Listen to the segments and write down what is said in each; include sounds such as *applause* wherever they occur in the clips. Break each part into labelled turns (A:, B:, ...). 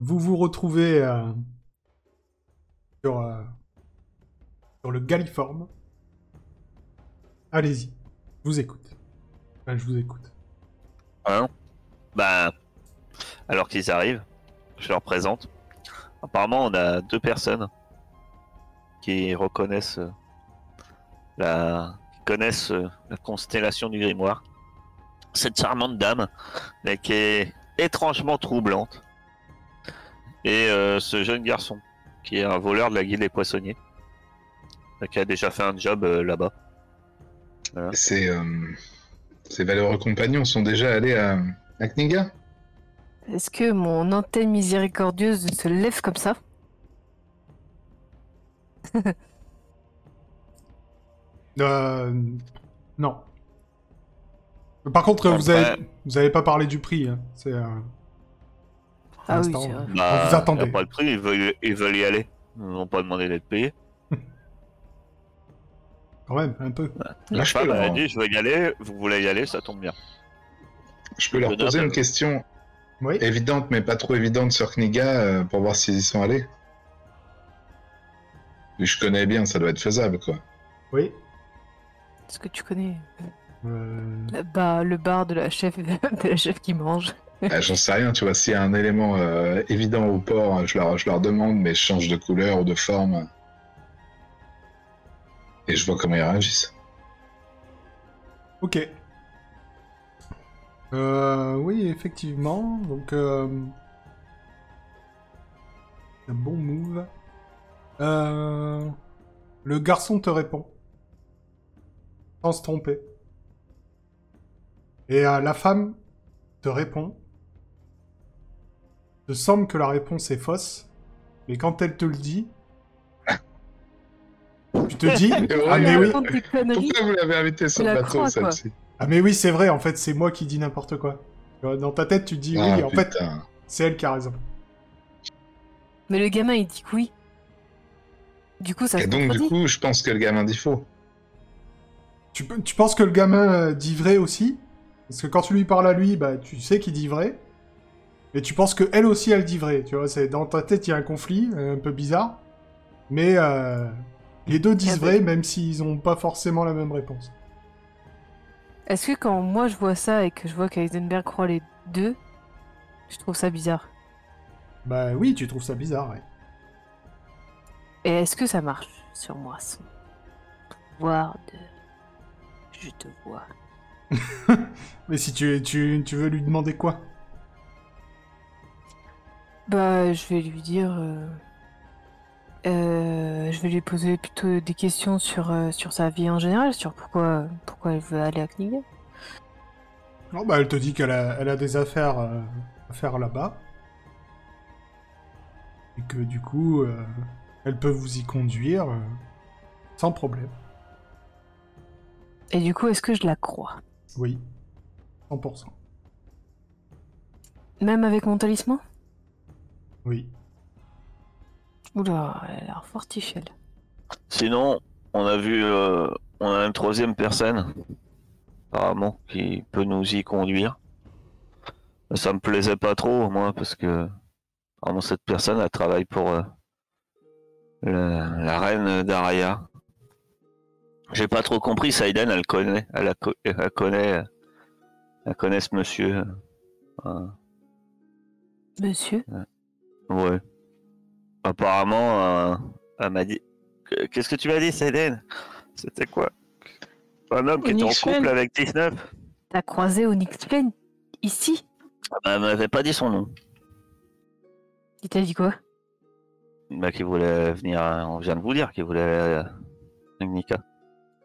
A: vous vous retrouvez euh, sur, euh, sur le Galliforme. Allez-y, je vous écoute. Enfin, je vous écoute.
B: Hein Bah, alors qu'ils arrivent, je leur présente. Apparemment, on a deux personnes qui reconnaissent euh, la, qui connaissent euh, la constellation du grimoire. Cette charmante dame, mais qui est étrangement troublante, et euh, ce jeune garçon qui est un voleur de la guilde des poissonniers, euh, qui a déjà fait un job euh, là-bas.
C: Ces, euh, ces valeureux compagnons sont déjà allés à, à Kniga
D: Est-ce que mon antenne miséricordieuse se lève comme ça
A: Euh, non. Par contre, euh,
B: Bon,
A: vous avez,
B: bah-
A: vous avez pas parlé du prix. hein. C'est, euh, pour
D: Ah oui,
A: l'instant,
D: c'est vrai.
A: on vous attendait.
B: Bah, y a Pas le prix, ils veulent, ils veulent y aller. Ils n'ont pas demandé d'être payés.
A: Quand même, un peu.
B: La
C: je peux,
B: femme elle a
C: leur,
B: dit Je veux y aller, vous voulez y aller, ça tombe bien.
C: je peux leur
B: Je
C: poser
B: donne-
C: une question
A: Oui.
C: évidente, mais pas trop évidente sur Kniga euh, pour voir s'ils y sont allés. Je connais bien, ça doit être faisable, quoi.
A: Oui.
D: Est-ce que tu connais
A: Euh,
D: la- bah, le bar de la chef, *laughs* de la chef qui mange
C: Ah, J'en sais rien, tu vois. S'il y a un élément euh, évident au port, je leur, je leur demande, mais je change de couleur ou de forme. Et je vois comment ils réagissent.
A: ok. Euh, oui, effectivement. Donc, euh, un bon move. Euh, le garçon te répond. Sans se tromper. Et euh, la femme te répond. Il te semble que la réponse est fausse. Mais quand elle te le dit, tu te dis,
C: *laughs*
A: ah mais oui,
D: Raconte des conneries.
C: Pourquoi vous l'avez invité sur le
D: la
C: bateau,
D: croix, quoi.
C: celle-ci
A: Ah mais oui, c'est vrai, en fait, c'est moi qui dis n'importe quoi. Tu vois, Dans ta tête, tu dis oui,
C: Ah,
A: et en fait,
C: putain.
A: c'est elle qui a raison.
D: Mais le gamin, il dit que oui. Du coup, ça
C: Et
D: se
C: donc, du
D: contredit.
C: coup, je pense que le gamin dit faux.
A: Tu, peux- tu penses que le gamin euh, dit vrai aussi Parce que quand tu lui parles à lui, bah, tu sais qu'il dit vrai. Mais tu penses que elle aussi, elle dit vrai. Tu vois, c'est dans ta tête, il y a un conflit euh, un peu bizarre. Mais euh, les deux disent
D: ben-
A: vrai, même s'ils n'ont pas forcément la même réponse.
D: Est-ce que quand moi je vois ça et que je vois qu'Eisenberg croit les deux, je trouve ça bizarre
A: Bah oui, tu trouves ça bizarre, ouais.
D: Et est-ce que ça marche sur moi son pouvoir de je te vois
A: Mais si tu, tu, tu veux lui demander quoi
D: Bah, je vais lui dire. euh, euh, je vais lui poser plutôt des questions sur, euh, sur sa vie en général, sur pourquoi, pourquoi elle veut aller à Kniga.
A: Non, bah elle te dit qu'elle a, elle a des affaires euh, à faire là-bas. Et que du coup, euh, elle peut vous y conduire euh, sans problème.
D: Et du coup, est-ce que je la crois
A: Oui. 100%.
D: Même avec mon talisman
A: Oui.
D: Oula, elle a l'air fortifiée. elle.
B: Sinon, on a vu, euh, on a une troisième personne, apparemment, qui peut nous y conduire. Ça me plaisait pas trop, moi, parce que apparemment cette personne, elle travaille pour euh, la, la reine d'Aria. J'ai pas trop compris, Saïden, elle connaît, elle, la co- elle connaît, elle connaît ce monsieur. euh,
D: Monsieur
B: Ouais. Apparemment, euh, elle m'a dit. Que- Qu'est-ce que tu m'as dit, Céline C'était quoi Un homme qui était en
E: Onyx-Fen.
B: couple avec 19
D: T'as croisé Onyx Plane Ici
B: Ah bah, Elle m'avait pas dit son nom.
D: Il t'a dit quoi
B: Bah, qui voulait venir. euh, On vient de vous dire qu'il voulait aller à Nika.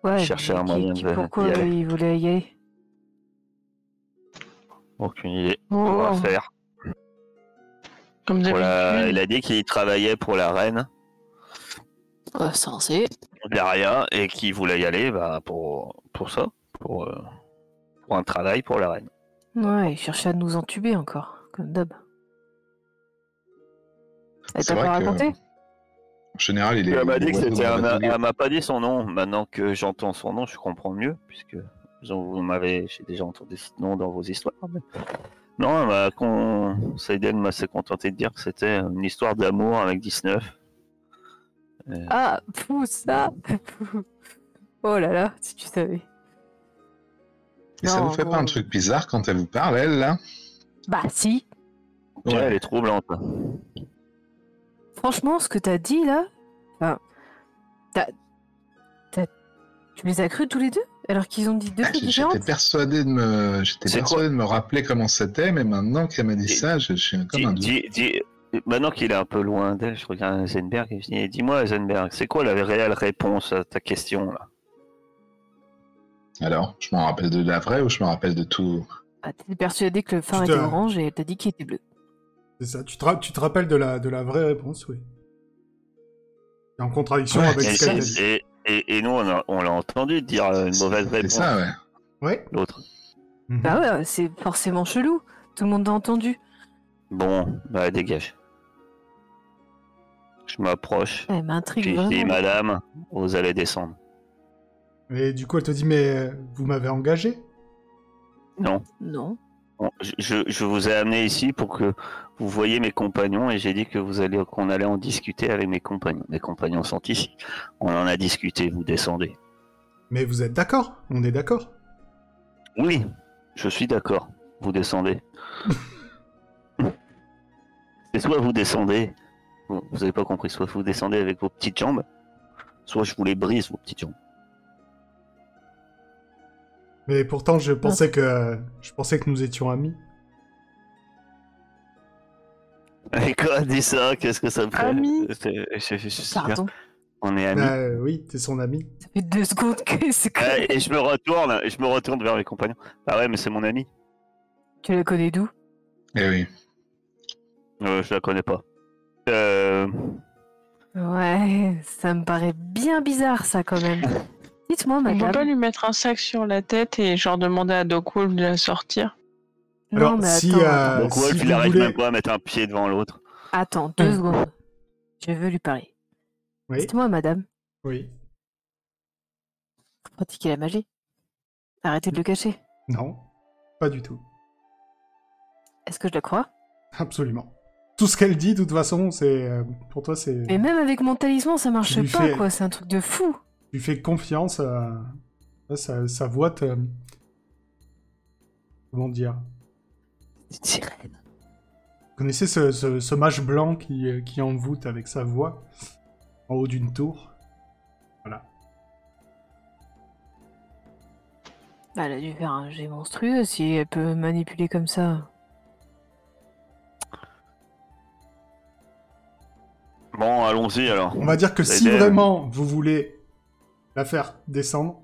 D: Ouais,
B: Chercher
D: mais
B: un
D: qui-
B: moyen
D: qui-
B: de-
D: Pourquoi
B: d'y aller.
D: euh, il voulait y aller
B: Aucune idée. On
E: Oh,
B: va faire.
E: comme
B: Pour la-
E: d'habitude.
B: Il a dit qu'il travaillait pour la reine
E: Oh, censé.
B: d'Aria et qu'il voulait y aller bah, pour, pour ça. Pour, euh, pour un travail pour la reine.
D: Ouais, il cherchait à nous entuber encore, comme d'hab. Elle
C: C'est
D: t'a pas
C: vrai que-
D: raconté
C: En général, il est.
B: Elle m'a
C: il est
B: dit que
C: retourné
B: c'était
C: dans
B: un-
C: la
B: Elle
C: toilette.
B: m'a pas dit son nom. Maintenant que j'entends son nom, je comprends mieux, puisque vous en- vous m'avez, j'ai déjà entendu ce nom dans vos histoires. mais- Non, elle m'a con... Seiden m'a s'est contenté de dire que c'était une histoire d'amour avec 19.
D: Ah, pou ça pou. Oh là là, si tu savais.
C: Et ça
D: Non,
C: vous fait pas
D: non.
C: un truc bizarre quand elle vous parle, elle, là
D: Bah si.
B: Ouais,
C: Ouais.
B: elle est troublante.
D: Franchement, ce que t'as dit là, enfin, t'as- t'as- tu les as crus tous les deux alors qu'ils ont dit deux
C: Ah,
D: choses
C: j- J'étais
D: différentes.
C: persuadé de me, j'étais
B: C'est
C: persuadé de me rappeler comment c'était, mais maintenant qu'elle m'a dit
B: Et-
C: ça, je, je suis comme
B: Dis-
C: un doute.
B: dis- dis- Maintenant qu'il est un peu loin d'elle, je regarde Heisenberg et je dis Dis-moi, Heisenberg, c'est quoi la réelle réponse à ta question là
C: Alors, je m'en rappelle de la vraie ou je me rappelle de tout
D: Ah, T'étais persuadé que le phare
A: Putain.
D: était orange et elle t'a dit qu'il était bleu.
A: C'est ça. Tu te, ra- tu te rappelles de la, de la vraie réponse, oui. C'est en contradiction
C: Ouais,
A: avec
B: et,
A: ce qu'elle a dit.
B: et, et- et nous, on a- on l'a entendu dire euh, une mauvaise
C: C'est
B: réponse,
C: ça, ouais.
A: Ouais.
B: l'autre.
A: Mhm.
D: Bah ouais, c'est forcément chelou. Tout le monde a entendu.
B: Bon, bah dégage. Je m'approche.
D: Eh, Elle
B: Puis
D: m'intrigue
B: je dis
D: vraiment.
B: Madame, vous allez descendre.
A: Et du coup, elle te dit, mais euh, vous m'avez engagé
B: Non.
D: Non.
B: Bon, je- je, je vous ai amené ici pour que vous voyez mes compagnons et j'ai dit que vous allez qu'on allait en discuter avec mes compagnons. Mes compagnons sont ici. On en a discuté, vous descendez.
A: Mais vous êtes d'accord On est d'accord
B: Oui, je suis d'accord. Vous descendez. Et soit vous descendez, bon, vous avez pas compris, soit vous descendez avec vos petites jambes, soit je vous les brise vos petites jambes.
A: Mais pourtant, je pensais que euh, je pensais que nous étions amis.
B: *laughs* Et quand elle dit ça, qu'est-ce que ça me fait
D: Ami.
B: C'est- je- je- je- je-
D: Pardon.
B: On est amis.
A: Bah euh, oui, t'es son ami.
D: Ça fait deux secondes que c'est quoi
B: Euh, et je me retourne, je me retourne vers mes compagnons. Ah ouais, mais c'est mon ami.
D: Tu la connais d'où
C: Eh oui.
B: Euh, je la connais pas. Euh,
D: Ouais, ça me paraît bien bizarre ça quand même. Dites-moi
E: On peut pas
D: madame.
E: lui mettre un sac sur la tête et genre demander à Doc Wolf de la sortir.
A: Alors, si, euh,
D: attends,
B: donc
A: si
B: Wolf,
A: vous
B: il arrive
A: voulez-
B: même pas à mettre un pied devant l'autre.
D: attends, deux secondes. Je veux lui parler.
A: Hum. Oui.
D: Dites-moi madame,
A: Oui.
D: vous pratiquez la magie Arrêtez de le cacher.
A: Non. Pas du tout. *laughs*
D: Est-ce que je la crois
A: Absolument. Tout ce qu'elle dit, de toute façon, c'est euh, pour toi, c'est
D: Mais même avec mon talisman, ça marche
A: Tu lui
D: pas
A: fais-
D: quoi, c'est un truc de fou.
A: tu fais confiance à à sa, sa voix te comment dire. Vous connaissez ce, ce, ce mage blanc qui, euh, qui envoûte avec sa voix en haut d'une tour
D: Bah, elle a dû faire un jet monstrueux si elle peut manipuler comme ça.
B: Bon, allons-y alors.
A: On va dire que si
B: Seiden.
A: vraiment vous voulez la faire descendre,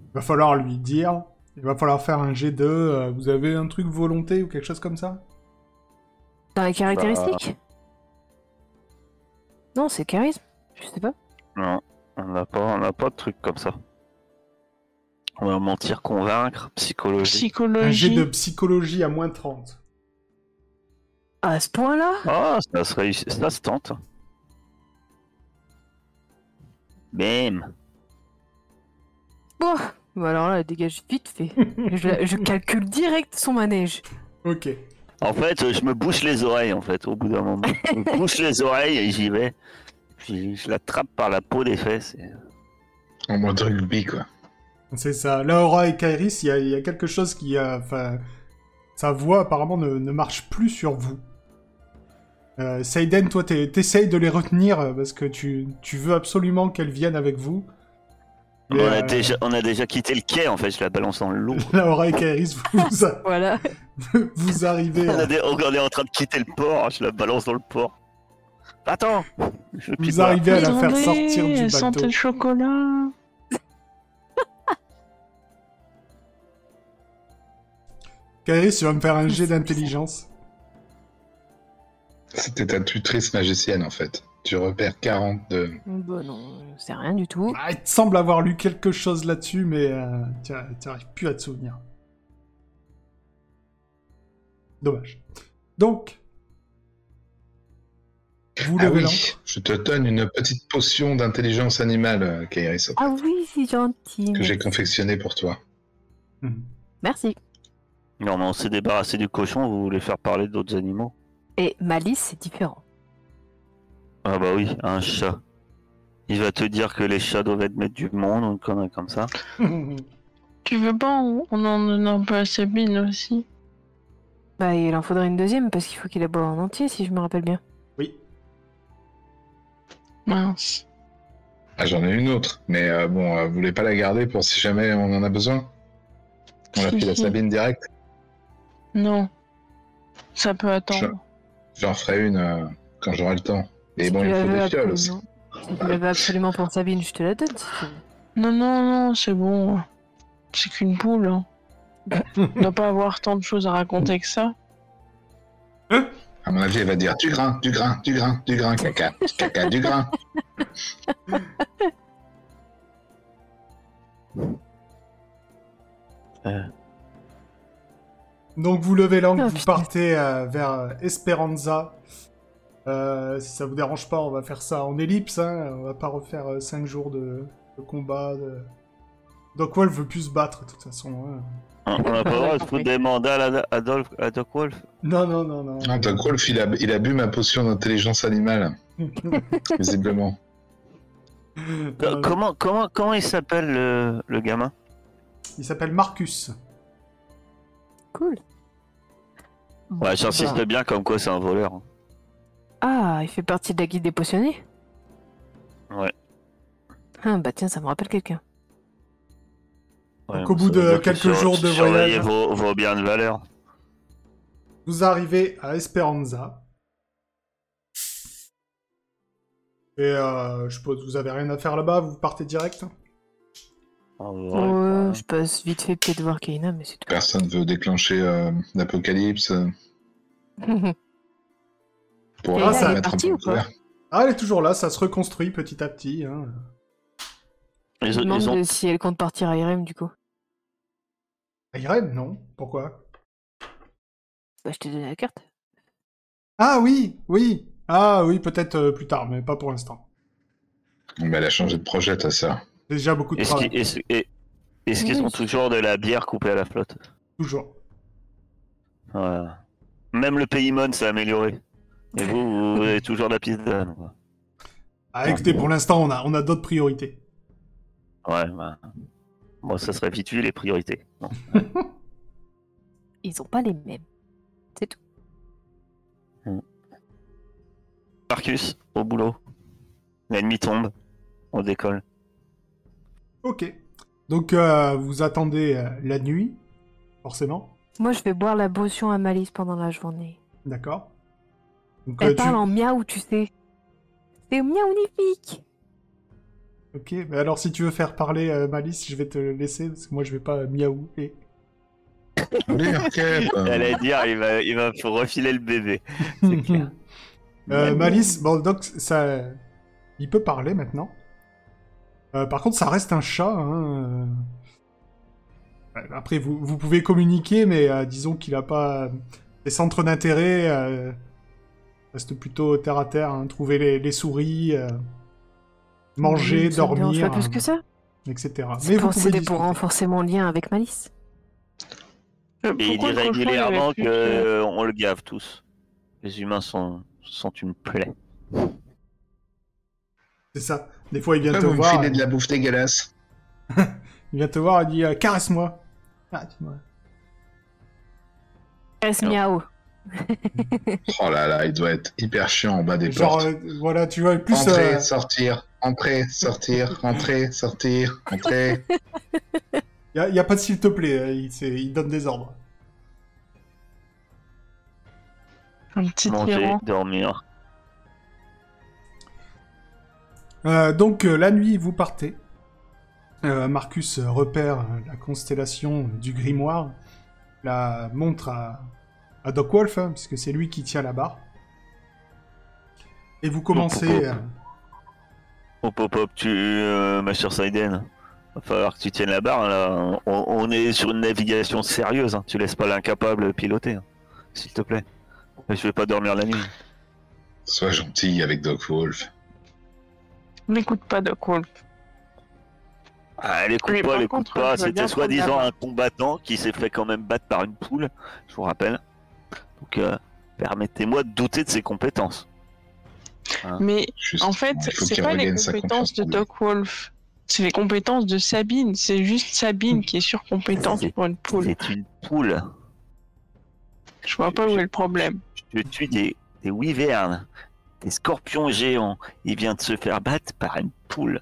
A: il va falloir lui dire, il va falloir faire un jet de euh, vous avez un truc volonté ou quelque chose comme ça
D: Dans les caractéristiques
A: Bah.
D: Non, c'est charisme. Je sais pas.
B: Non, on n'a pas, on n'a pas de truc comme ça. On va mentir, convaincre, psychologie.
A: Un jet
E: Psychologie.
A: de psychologie à moins 30.
D: À ce point-là
B: Ah, ça se réussit, ça se tente. Bim.
D: Bon, bah alors là, elle dégage vite fait.
A: *laughs*
D: je, la- je calcule direct son manège.
A: Ok.
B: En fait, je me bouche les oreilles. En fait, au bout d'un moment, je me bouche les oreilles et j'y vais. Puis je l'attrape par la peau des fesses. et-
C: En mode rugby, quoi.
A: C'est ça. Là, Aura et Kairis, il y, a- il y a quelque chose qui a. Enfin. Sa voix apparemment ne, ne marche plus sur vous. Euh, Seiden, toi, t'es- t'essayes de les retenir euh, parce que tu, tu veux absolument qu'elles viennent avec vous. *laughs*
B: On
A: Mais,
B: a
A: euh,
B: déjà, on a déjà quitté le quai. En fait, je la balance dans
A: *laughs*
B: le loup.
A: Là, Aura et Kairis, vous, vous, a-
D: Voilà.
A: vous arrivez.
B: On, *laughs*
A: à-
B: a des- on est en train de quitter le port, je la balance dans le port. Attends je pique
A: Vous
B: pas.
A: arrivez à la faire
E: Attendez,
A: sortir du
E: elle
A: bateau.
E: sentait le chocolat.
A: Kairis, tu vas me faire un jet d'intelligence.
C: C'était ta tutrice magicienne, en fait. Tu repères 40 de...
D: Bon, non, c'est rien du tout.
A: Ah, il te semble avoir lu quelque chose là-dessus, mais euh, tu n'arrives plus à te souvenir. Dommage. Donc, vous
C: Ah
A: levez
C: oui,
A: l'ancre.
C: je te donne une petite potion d'intelligence animale, euh, Kairis,
D: Ah oui, c'est gentil.
C: que
D: merci.
C: j'ai confectionnée pour toi.
A: Mhm.
D: Merci.
B: Non, mais on s'est débarrassé du cochon, vous voulez faire parler d'autres animaux
D: Et malice, c'est différent.
B: Ah bah oui, un chat. Il va te dire que les chats doivent être maîtres du monde ou une connerie comme ça.
E: Tu veux pas On on en donne un peu à Sabine aussi.
D: Bah, il en faudrait une deuxième parce qu'il faut qu'il la boive en entier, si je me rappelle bien.
A: oui.
E: Mince.
C: Ah, j'en ai une autre, mais euh, bon, euh, vous voulez pas la garder pour si jamais on en a besoin On la
E: Si,
C: file à
D: *laughs*
E: si.
C: Sabine direct
E: Non. Ça peut attendre.
C: J'en ferai une euh, quand j'aurai le temps. Et
D: Si
C: bon,
D: tu
C: il
D: la
C: faut
D: veux
C: des fioles aussi.
D: absolument- si tu la veux absolument pour Sabine, je te la donne. si tu veux.
E: Non, non, non, c'est bon. C'est qu'une poule.
A: *laughs*
E: Hein. on doit pas avoir tant de choses à raconter que ça.
C: À mon avis, elle va dire du grain, du grain, du grain, du grain, caca, caca, du
D: *laughs*
C: grain.
A: Donc vous levez l'angle,
D: Oh,
A: vous
D: putain.
A: partez euh, vers euh, Esperanza. Euh, si ça vous dérange pas, on va faire ça en ellipse. Hein. On va pas refaire 5 jours de, de combat. De... Doc Wolf veut plus se battre de toute façon. hein.
B: On on a pas le droit de foutre des mandats à, la- à Dolph- à Doc Wolf.
A: Non, non, non, non. *laughs*
C: Ah, Doc Wolf, il a, il a bu ma potion d'intelligence animale, visiblement.
B: Co-
A: Euh,
B: Comment, comment, comment il s'appelle le, le gamin
A: Il s'appelle Marcus.
D: Cool.
B: Ouais, j'insiste
A: Ah.
B: bien comme quoi c'est un voleur. hein.
D: Ah, il fait partie de la guilde des potionnés
B: Ouais.
D: Ah, bah tiens, ça me rappelle quelqu'un.
B: Ouais,
A: Donc, au bout
B: ça
A: de
B: veut dire que
A: quelques
B: sur-
A: jours de
B: surveillez
A: voyage-
B: Vos, vos biens de valeur.
A: Vous arrivez à Esperanza. Et euh, je suppose que vous avez rien à faire là-bas, vous partez direct.
B: Ah, ouais,
D: Ouais,
B: bah,
D: je passe vite fait peut-être voir Kaina, mais c'est *laughs* tout.
C: Personne veut déclencher euh, l'apocalypse euh, pour
D: Et
A: là, elle est
D: partie
C: en
D: ou pas
C: couvert.
A: Ah, elle est toujours là, ça se reconstruit petit à petit. hein.
B: Ils,
D: Je
B: ont-
D: me
B: ils
D: demande
B: ont-
D: de- si elle compte partir à Irem du coup.
A: Ah, Irène, non Pourquoi
D: Bah, je t'ai donné la carte.
A: Ah oui, oui. Ah oui, peut-être euh, plus tard, mais pas pour l'instant.
C: Mais bah, elle a changé de projet, ta sœur.
A: C'est déjà beaucoup de
B: Est-ce
A: travail,
B: qu'ils est-ce- est- est-ce qu'ils
D: Oui.
B: ont toujours de la bière coupée à la flotte
A: toujours.
B: Ouais. Même le Paymon s'est amélioré. Et vous, vous *laughs* avez toujours de la piste d'âne. quoi.
A: Ah écoutez, pour l'instant, on a, on a d'autres priorités.
B: Ouais, bah. Moi, ça serait vite vu les priorités. Non.
D: Ils ont pas les mêmes.
B: Marcus, au boulot. L'ennemi tombe. On décolle.
A: Ok. Donc, euh, vous attendez euh, la nuit, forcément.
D: Moi, je vais boire la potion à Malice pendant la journée.
A: D'accord Donc,
C: Bah,
D: Elle
A: euh, tu-
D: parle en miaou, tu sais. C'est miaounifique
A: Ok, mais alors si tu veux faire parler euh, Malice, je vais te laisser, parce que moi je vais pas euh, miaou. *laughs* Et...
C: Oui, *laughs* ok, bah,
B: J'allais dire, il va, il va faut refiler le bébé.
D: *laughs*
B: C'est clair.
A: Euh,
B: Miaou.
A: Malice, bon, donc ça... Il peut parler maintenant. Euh, par contre, ça reste un chat. hein, euh. Ouais, Après, vous, vous pouvez communiquer, mais euh, disons qu'il a pas... Les centres d'intérêt euh, restent plutôt terre à terre. hein, Trouver les, les souris, euh,
D: Mmh,
A: manger,
D: Ça me dérange
A: dormir,
D: Pas plus que ça.
A: euh, etc.
D: C'est pour,
A: pouvez
D: c'était pour
A: discuter.
D: renforcer mon lien avec Malice.
E: Euh,
B: Et il
E: pourquoi
B: dit
E: le cochon, il avait
B: régulièrement
E: plus
B: qu'on le gave tous. Les humains sont, sont une plaie.
A: C'est ça. Des fois, il vient
C: Pourquoi
A: te
C: vous me
A: voir.
C: filez de la bouffe dégueulasse
A: Il vient te voir, il dit euh, caresse-moi. Caresse-moi.
D: Reste
B: Non.
D: miaou.
C: Oh là là, il doit être hyper chiant en bas des
A: Genre,
C: portes.
A: euh, voilà, tu vois, plus.
C: Entrer,
A: euh,
C: sortir, entrer, sortir, entrer, sortir, entrer.
A: *laughs* y, a, y a pas de s'il te plaît, euh, il, c'est- il donne des ordres.
E: Un petit
B: Manger,
E: tyran.
B: dormir.
A: Euh, donc, euh, la nuit, vous partez. Euh, Marcus euh, repère euh, la constellation euh, du grimoire, la montre à, à Doc Wolf, hein, puisque c'est lui qui tient la barre. Et vous commencez.
B: pourquoi
A: euh,
B: Oh pop hop, tu, euh, ma chère Saiden, va falloir que tu tiennes la barre. hein, Là. On, on est sur une navigation sérieuse. hein. Tu laisses pas l'incapable piloter, hein. s'il te plaît. Je vais pas dormir la nuit.
C: Sois gentil avec Doc Wolf.
E: N'écoute pas de Wolf.
B: Ah, elle écoute
E: Mais
B: pas,
E: par
B: elle écoute
E: contre,
B: pas.
E: je veux bien
B: C'était
E: prendre la
B: soi-disant
E: main.
B: un combattant qui s'est fait quand même battre par une poule, je vous rappelle. Donc, euh, permettez-moi de douter de ses compétences.
E: Mais
C: Juste,
E: en fait,
C: il faut
E: c'est
C: qu'il
E: pas les
C: regagne sa
E: compétences de
C: confiance en lui.
E: Doc Wolf. C'est les compétences de Sabine. C'est juste Sabine qui est surcompétente pour une poule.
B: C'est une poule.
E: Je vois pas où est le problème.
B: Je tue des, des wyvernes, des scorpions géants. Il vient de se faire battre par une poule.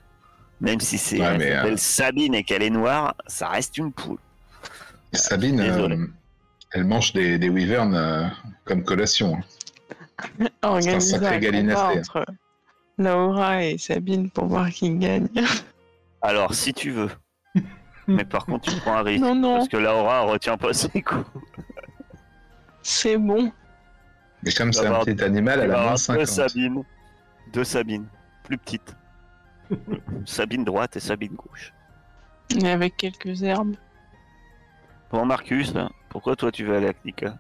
B: Même si c'est
C: Ouais,
B: elle
C: mais, euh,
B: s'appelle Sabine et qu'elle est noire, ça reste une poule.
C: Sabine,
B: je suis désolé.
C: euh, elle mange des, des wyverns euh, comme collation. hein.
E: Organiser
C: sacré
E: un combat
C: gallinacé.
E: entre Laura et Sabine pour voir qui gagne.
B: Alors, si tu
C: *laughs*
B: veux. Mais par contre, tu prends un risque.
E: *laughs* non, non,
B: Parce que Laura retient pas ses coups.
E: c'est bon.
C: Mais comme
B: Tu
C: c'est
B: vas
C: un
B: avoir-
C: petit animal,
B: Tu
C: elle
B: vas
C: a
B: avoir
C: moins
B: deux
C: 50.
B: Sabine. Deux Sabine. Plus petites. *laughs* Sabine droite et Sabine gauche.
E: Et avec quelques herbes.
B: Bon, Marcus, pourquoi toi tu veux aller à Knika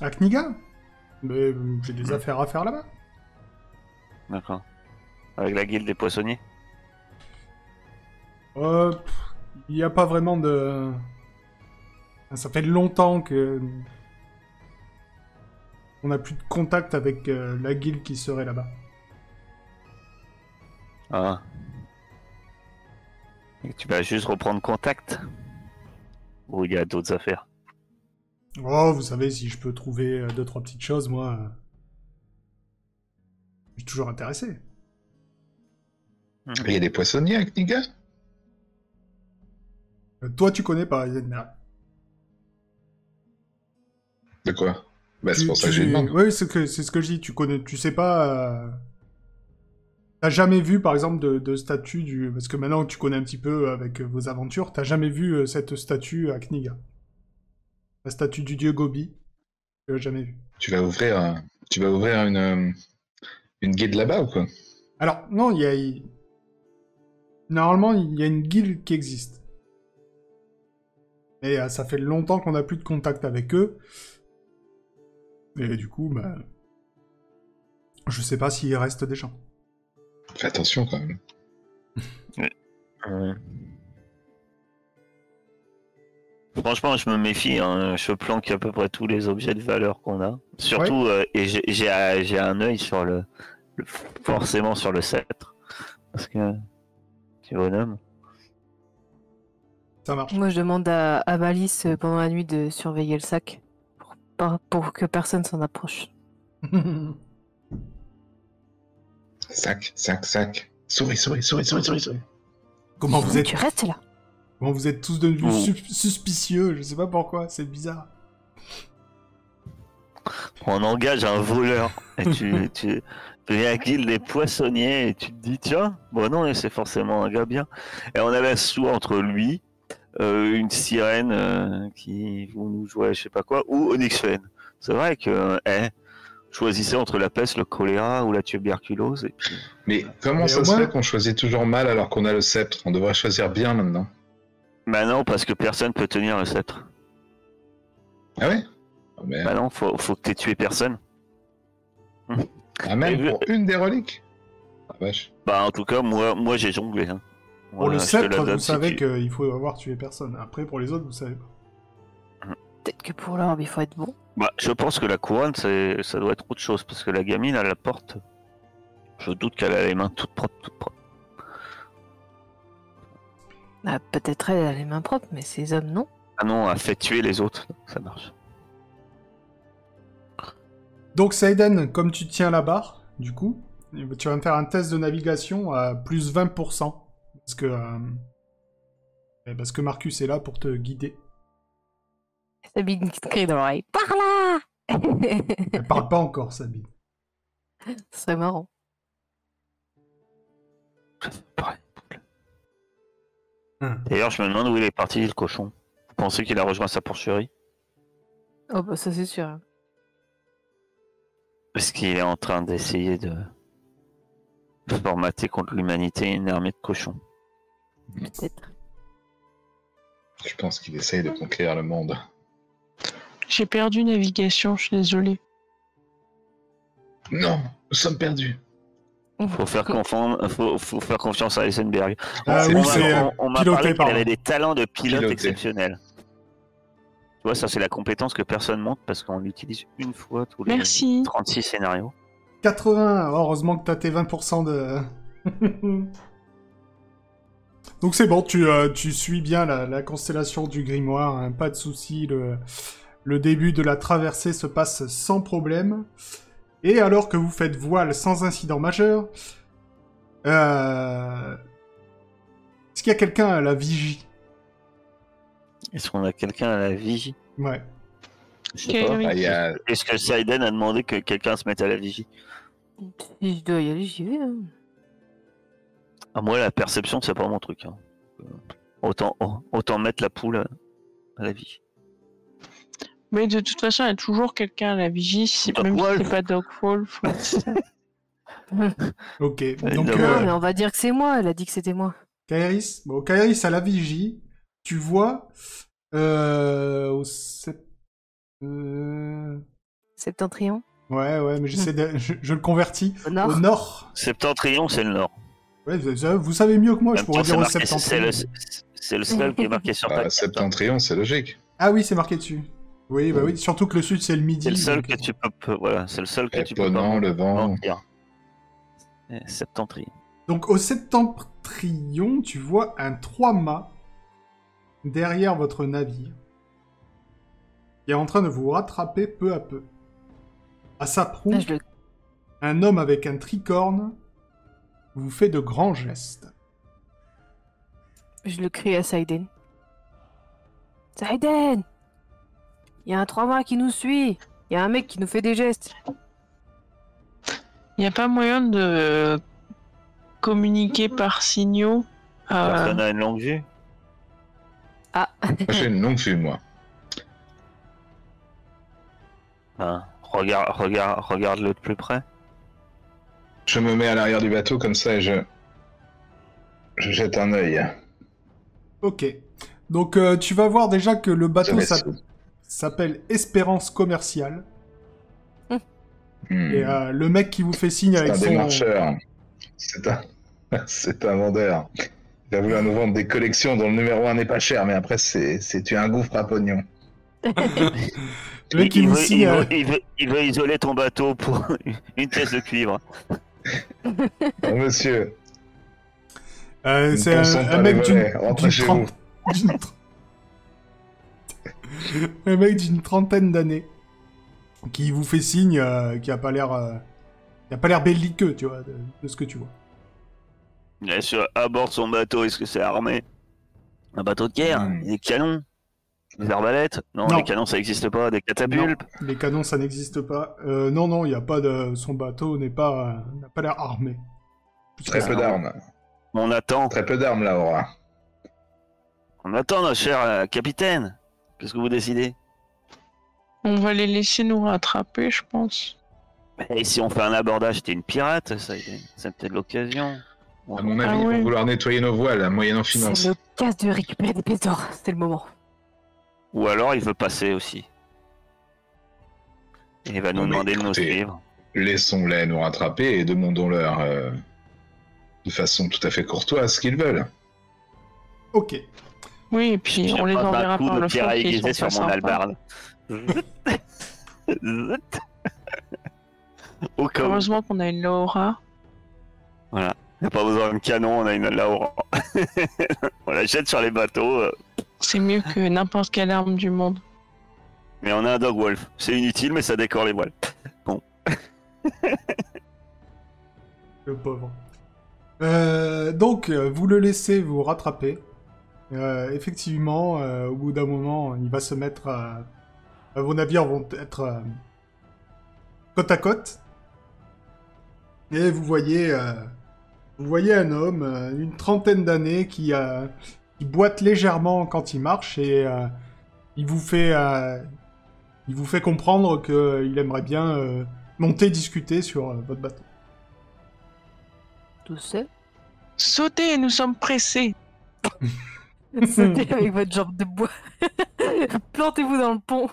A: À Kniga Mais euh, j'ai des affaires à faire là-bas.
B: D'accord. Avec la guilde des poissonniers
A: Euh, pff, Il n'y a pas vraiment de. Ça fait longtemps que. On n'a plus de contact avec euh, la guilde qui serait là-bas.
B: Ah. Et tu vas juste reprendre contact Ou il y a d'autres affaires
A: Oh, vous savez, si je peux trouver euh, deux, trois petites choses, moi. euh, Je suis toujours intéressé.
C: Il y a des poissonniers à Kniga
A: Euh, toi, tu connais pas Yenmera.
C: De quoi bah, C'est
A: Tu-
C: pour ça que
A: tu-
C: je lui demande.
A: Oui, c'est que- c'est ce que je dis. Tu connais, tu sais pas. euh, T'as jamais vu, par exemple, de, de statue du. Parce que maintenant que tu connais un petit peu avec euh, vos aventures, t'as jamais vu euh, cette statue à Kniga. La statue du dieu Gobi. Tu l'as jamais vue.
C: Tu vas ouvrir, euh, tu vas ouvrir une, euh, une guide là-bas ou quoi
A: Alors, non, il y a. il- Normalement, il y a une guilde qui existe. Mais euh, ça fait longtemps qu'on n'a plus de contact avec eux. Et du coup, bah. Je sais pas s'il reste des gens.
C: Fais attention quand même.
B: Ouais. Franchement, je me méfie. hein. Je planque à peu près tous les objets de valeur qu'on a. Surtout, euh, et j'ai- j'ai euh, j'ai un œil sur le, le- forcément sur le sceptre, parce que petit bonhomme.
A: Ça
D: *laughs*
A: marche.
D: Moi, je demande à, à Malice euh, pendant la nuit de surveiller le sac pour, pas- pour que personne s'en approche.
C: Sac, sac, sac. Souris, souris, souris, souris, souris, souris.
A: Comment Oh, vous êtes
D: Tu restes là
A: Comment vous êtes tous devenus
B: Oh.
A: sus- suspicieux Je sais pas pourquoi, c'est bizarre.
B: On engage un voleur et
A: *laughs*
B: tu tu tu viens à guilde des poissonniers et tu te dis tiens, bon non, c'est forcément un gars bien. Et on avait un sou entre lui, euh, une sirène euh, qui vous nous jouer je sais pas quoi, ou Onyx Fen. C'est vrai que, eh, choisissez entre la peste, le choléra ou la tuberculose. Et puis...
C: Mais comment
A: Ah, Mais
C: ça
A: au
C: se
A: moins-
C: fait qu'on choisit toujours mal alors qu'on a le sceptre On devrait choisir bien maintenant.
B: Bah non, parce que personne peut tenir le sceptre.
C: Ah ouais Oh, mais-
B: Bah non, faut, faut que t'aies tué personne.
C: Ah même
B: Mais-
C: pour une des reliques Ah vache.
B: Bah en tout cas, moi, moi j'ai jonglé. Hein.
A: pour le
B: Voilà, je te la
A: sceptre,
B: donne
A: vous
B: si
A: savez
B: tu-
A: qu'il faut avoir tué personne. Après, pour les autres, vous savez pas.
D: Peut-être que pour l'orbe, il faut être bon.
B: Bah, je pense que la couronne, c'est- ça doit être autre chose, parce que la gamine, elle la porte. Je doute qu'elle a les mains toutes propres, toutes propres.
D: Ah, Peut-être elle a les mains propres, mais ces hommes, non. *laughs*
B: Ah non, elle fait tuer les autres, ça marche.
A: Donc, Seiden, comme tu tiens la barre, du coup, tu vas me faire un test de navigation à plus 20%. Parce que. euh, eh, Parce que Marcus est là pour te guider.
D: Sabine qui te crie dans l'oreille Par là *laughs* Ce
A: Elle parle pas encore, Sabine.
D: serait marrant.
B: Pareil.
A: Hum.
B: D'ailleurs, je me demande où il est parti, le cochon. Vous pensez qu'il a rejoint sa porcherie
D: Oh, bah ça, c'est sûr.
B: Parce qu'il est en train d'essayer de... de formater contre l'humanité une armée de cochons.
D: Peut-être.
C: Je pense qu'il essaye de conquérir le monde.
E: J'ai perdu navigation, je suis désolée.
C: Non, nous sommes perdus.
B: Faut faire, confiance, faut, faut faire confiance à Heisenberg.
A: Ah
C: C'est
A: oui,
B: m'a-
A: c'est euh,
B: on m'a
A: piloté
B: parlé qu'il
A: par-
B: avait des talents de pilote
C: Piloté.
B: exceptionnels. Tu vois, ça, c'est la compétence que personne monte parce qu'on l'utilise une fois tous les
E: Merci.
B: 36 scénarios.
A: 80. Oh, Heureusement que t'as tes 20% de. *laughs* Donc c'est bon, tu, euh, tu suis bien la, la constellation du grimoire, hein, pas de souci. Le, le début de la traversée se passe sans problème. Et alors que vous faites voile sans incident majeur, euh... est-ce qu'il y a quelqu'un à la vigie
B: Est-ce qu'on a quelqu'un à la vigie
A: Ouais.
B: Je sais
E: Quel
B: pas.
C: Ah, il y a-
B: Est-ce que Saiden a demandé que quelqu'un se mette à la vigie
D: *laughs* Si je dois y aller, j'y vais. hein.
B: Ah, Moi, la perception, c'est pas mon truc. hein. Euh, Autant, au- autant mettre la poule euh, à- à la vigie.
E: Mais de toute façon, il y a toujours quelqu'un à la vigie, si-
B: Doc
E: même si
B: Wolf.
E: c'est pas Doc Wolf.
A: Ok. Donc
B: non,
A: euh,
D: Non, mais on va dire que c'est moi. Elle a dit que c'était moi.
A: Kairis, bon, Kairis à la vigie, tu vois euh, au sept- euh,
D: Septentrion.
A: Ouais, ouais, mais j'essaie de... je, je le convertis
D: Au nord.
A: au nord.
B: Septentrion, c'est le nord.
A: Ouais, vous, vous- vous savez mieux que moi,
B: En
A: Oh, je
B: même
A: pourrais
B: temps, c'est
A: dire au septentrion.
B: marqué- C'est le, c'est- c'est le seul qui est marqué sur ta
C: Bah,
B: carte. hein.
C: septentrion, c'est logique.
A: Ah oui, c'est marqué dessus. Oui, bah oui, surtout que le sud c'est le midi.
B: C'est le seul
A: donc-
B: que tu peux, peux- voilà, c'est le seul que
C: Et
B: tu peux pas
C: Ponant, le vent.
B: mentir. Eh, Septentrion.
A: Donc au septentrion, tu vois un trois-mâts derrière votre navire qui est en train de vous rattraper peu à peu. À sa proue,
D: Ah, je le-
A: un homme avec un tricorne vous fait de grands gestes.
D: Je le crie à Saiden. Saiden Il y a un trois mâts qui nous suit Il y a un mec qui nous fait des gestes
E: Il n'y a pas moyen de communiquer par signaux. euh, à-
B: Personne n'a une longue vue.
D: Ah
C: Moi, J'ai une longue vue, moi.
B: Hein, regarde, regarde, regarde-le de plus près.
C: Je me mets à l'arrière du bateau comme ça et je. Je jette un œil.
A: Ok. Donc euh, tu vas voir déjà que le
C: Je
A: bateau
C: vais-
A: s'app- s'appelle Espérance Commerciale.
C: Hmm.
A: Et euh, le mec qui vous fait signe
C: C'est
A: avec
C: un
A: son...
C: démarcheur. C'est un... *laughs* c'est un vendeur. Il va vouloir nous vendre des collections dont le numéro 1 n'est pas cher, mais après, c'est c'est- tu as un gouffre à pognon.
A: Le mec qui
B: il,
A: vous
B: veut, il
A: signe... euh,
B: veut- il veut- il veut isoler ton bateau pour *laughs* une pièce de cuivre.
C: Oh, monsieur,
A: euh,
C: nous
A: c'est un,
C: pensons
A: un
C: par les
A: mec d'une...
C: volets. Rentrez
A: d'une
C: chez
A: trente-
C: vous.
A: *laughs* d'une tr- un mec d'une trentaine d'années. Qui vous fait signe, euh, qui a pas l'air... euh, qui a pas l'air belliqueux, tu vois, de, de ce que tu vois.
B: Bien sûr, à bord de son bateau, est-ce que c'est armé Un bateau de guerre
C: Hmm.
B: Des canons Des arbalètes non,
A: Non.
B: les canons, ça n'existe pas. Des catapultes
A: Les canons, ça n'existe pas. Euh, non, non, il y a pas de... Son bateau n'est pas... euh, n'a pas l'air armé. Plus que
C: Très
A: ça.
C: peu d'armes.
B: On attend.
C: Très peu d'armes, là, Aura.
B: On attend, notre cher euh, capitaine. Qu'est-ce que vous décidez
E: On va les laisser nous rattraper, je pense.
B: Et si on fait un abordage, t'es une pirate, ça, y est, c'est peut-être l'occasion.
C: À mon avis,
E: Ah
C: ils
E: ouais.
C: vont vouloir nettoyer nos voiles, moyennant finance.
D: C'est le cas de récupérer des pièces d'or C'est le moment
B: Ou alors il veut passer aussi. Et il va nous
C: Non, mais
B: demander de nous
C: écoutez.
B: suivre.
C: Laissons-les nous rattraper et demandons-leur euh, de façon tout à fait courtoise ce qu'ils veulent.
A: Ok.
E: Oui, et puis
B: Je
E: on les
B: pas d'un
E: enverra
B: coup
E: par
B: me
E: le fond
B: pierre à
E: qu'ils
B: aiguiser
E: sont
B: sur
E: pas
B: mon
E: sympas. *laughs*
B: albarde. Zut. Au cas où.
E: Heureusement qu'on a une Laura.
B: On n'a pas besoin d'un canon, on a une Laura. *laughs* on la jette sur les bateaux, euh,
E: C'est mieux que n'importe quelle arme du monde.
B: mais on a un dog wolf. C'est inutile, mais ça décore les voiles.
A: Le pauvre. Euh, donc, euh, vous le laissez vous rattraper. Euh, effectivement, euh, au bout d'un moment, il va se mettre à... à Vos navires vont être euh, côte à côte. Et vous voyez, euh, vous voyez un homme, euh, une trentaine d'années, qui, euh, qui boite légèrement quand il marche et euh, il, vous fait, euh, il vous fait comprendre qu'il aimerait bien euh, monter discuter sur euh, votre bateau.
D: Tout seul
E: Sautez, nous sommes pressés.
D: *laughs* Sautez avec votre jambe de bois *laughs* Plantez-vous dans le pont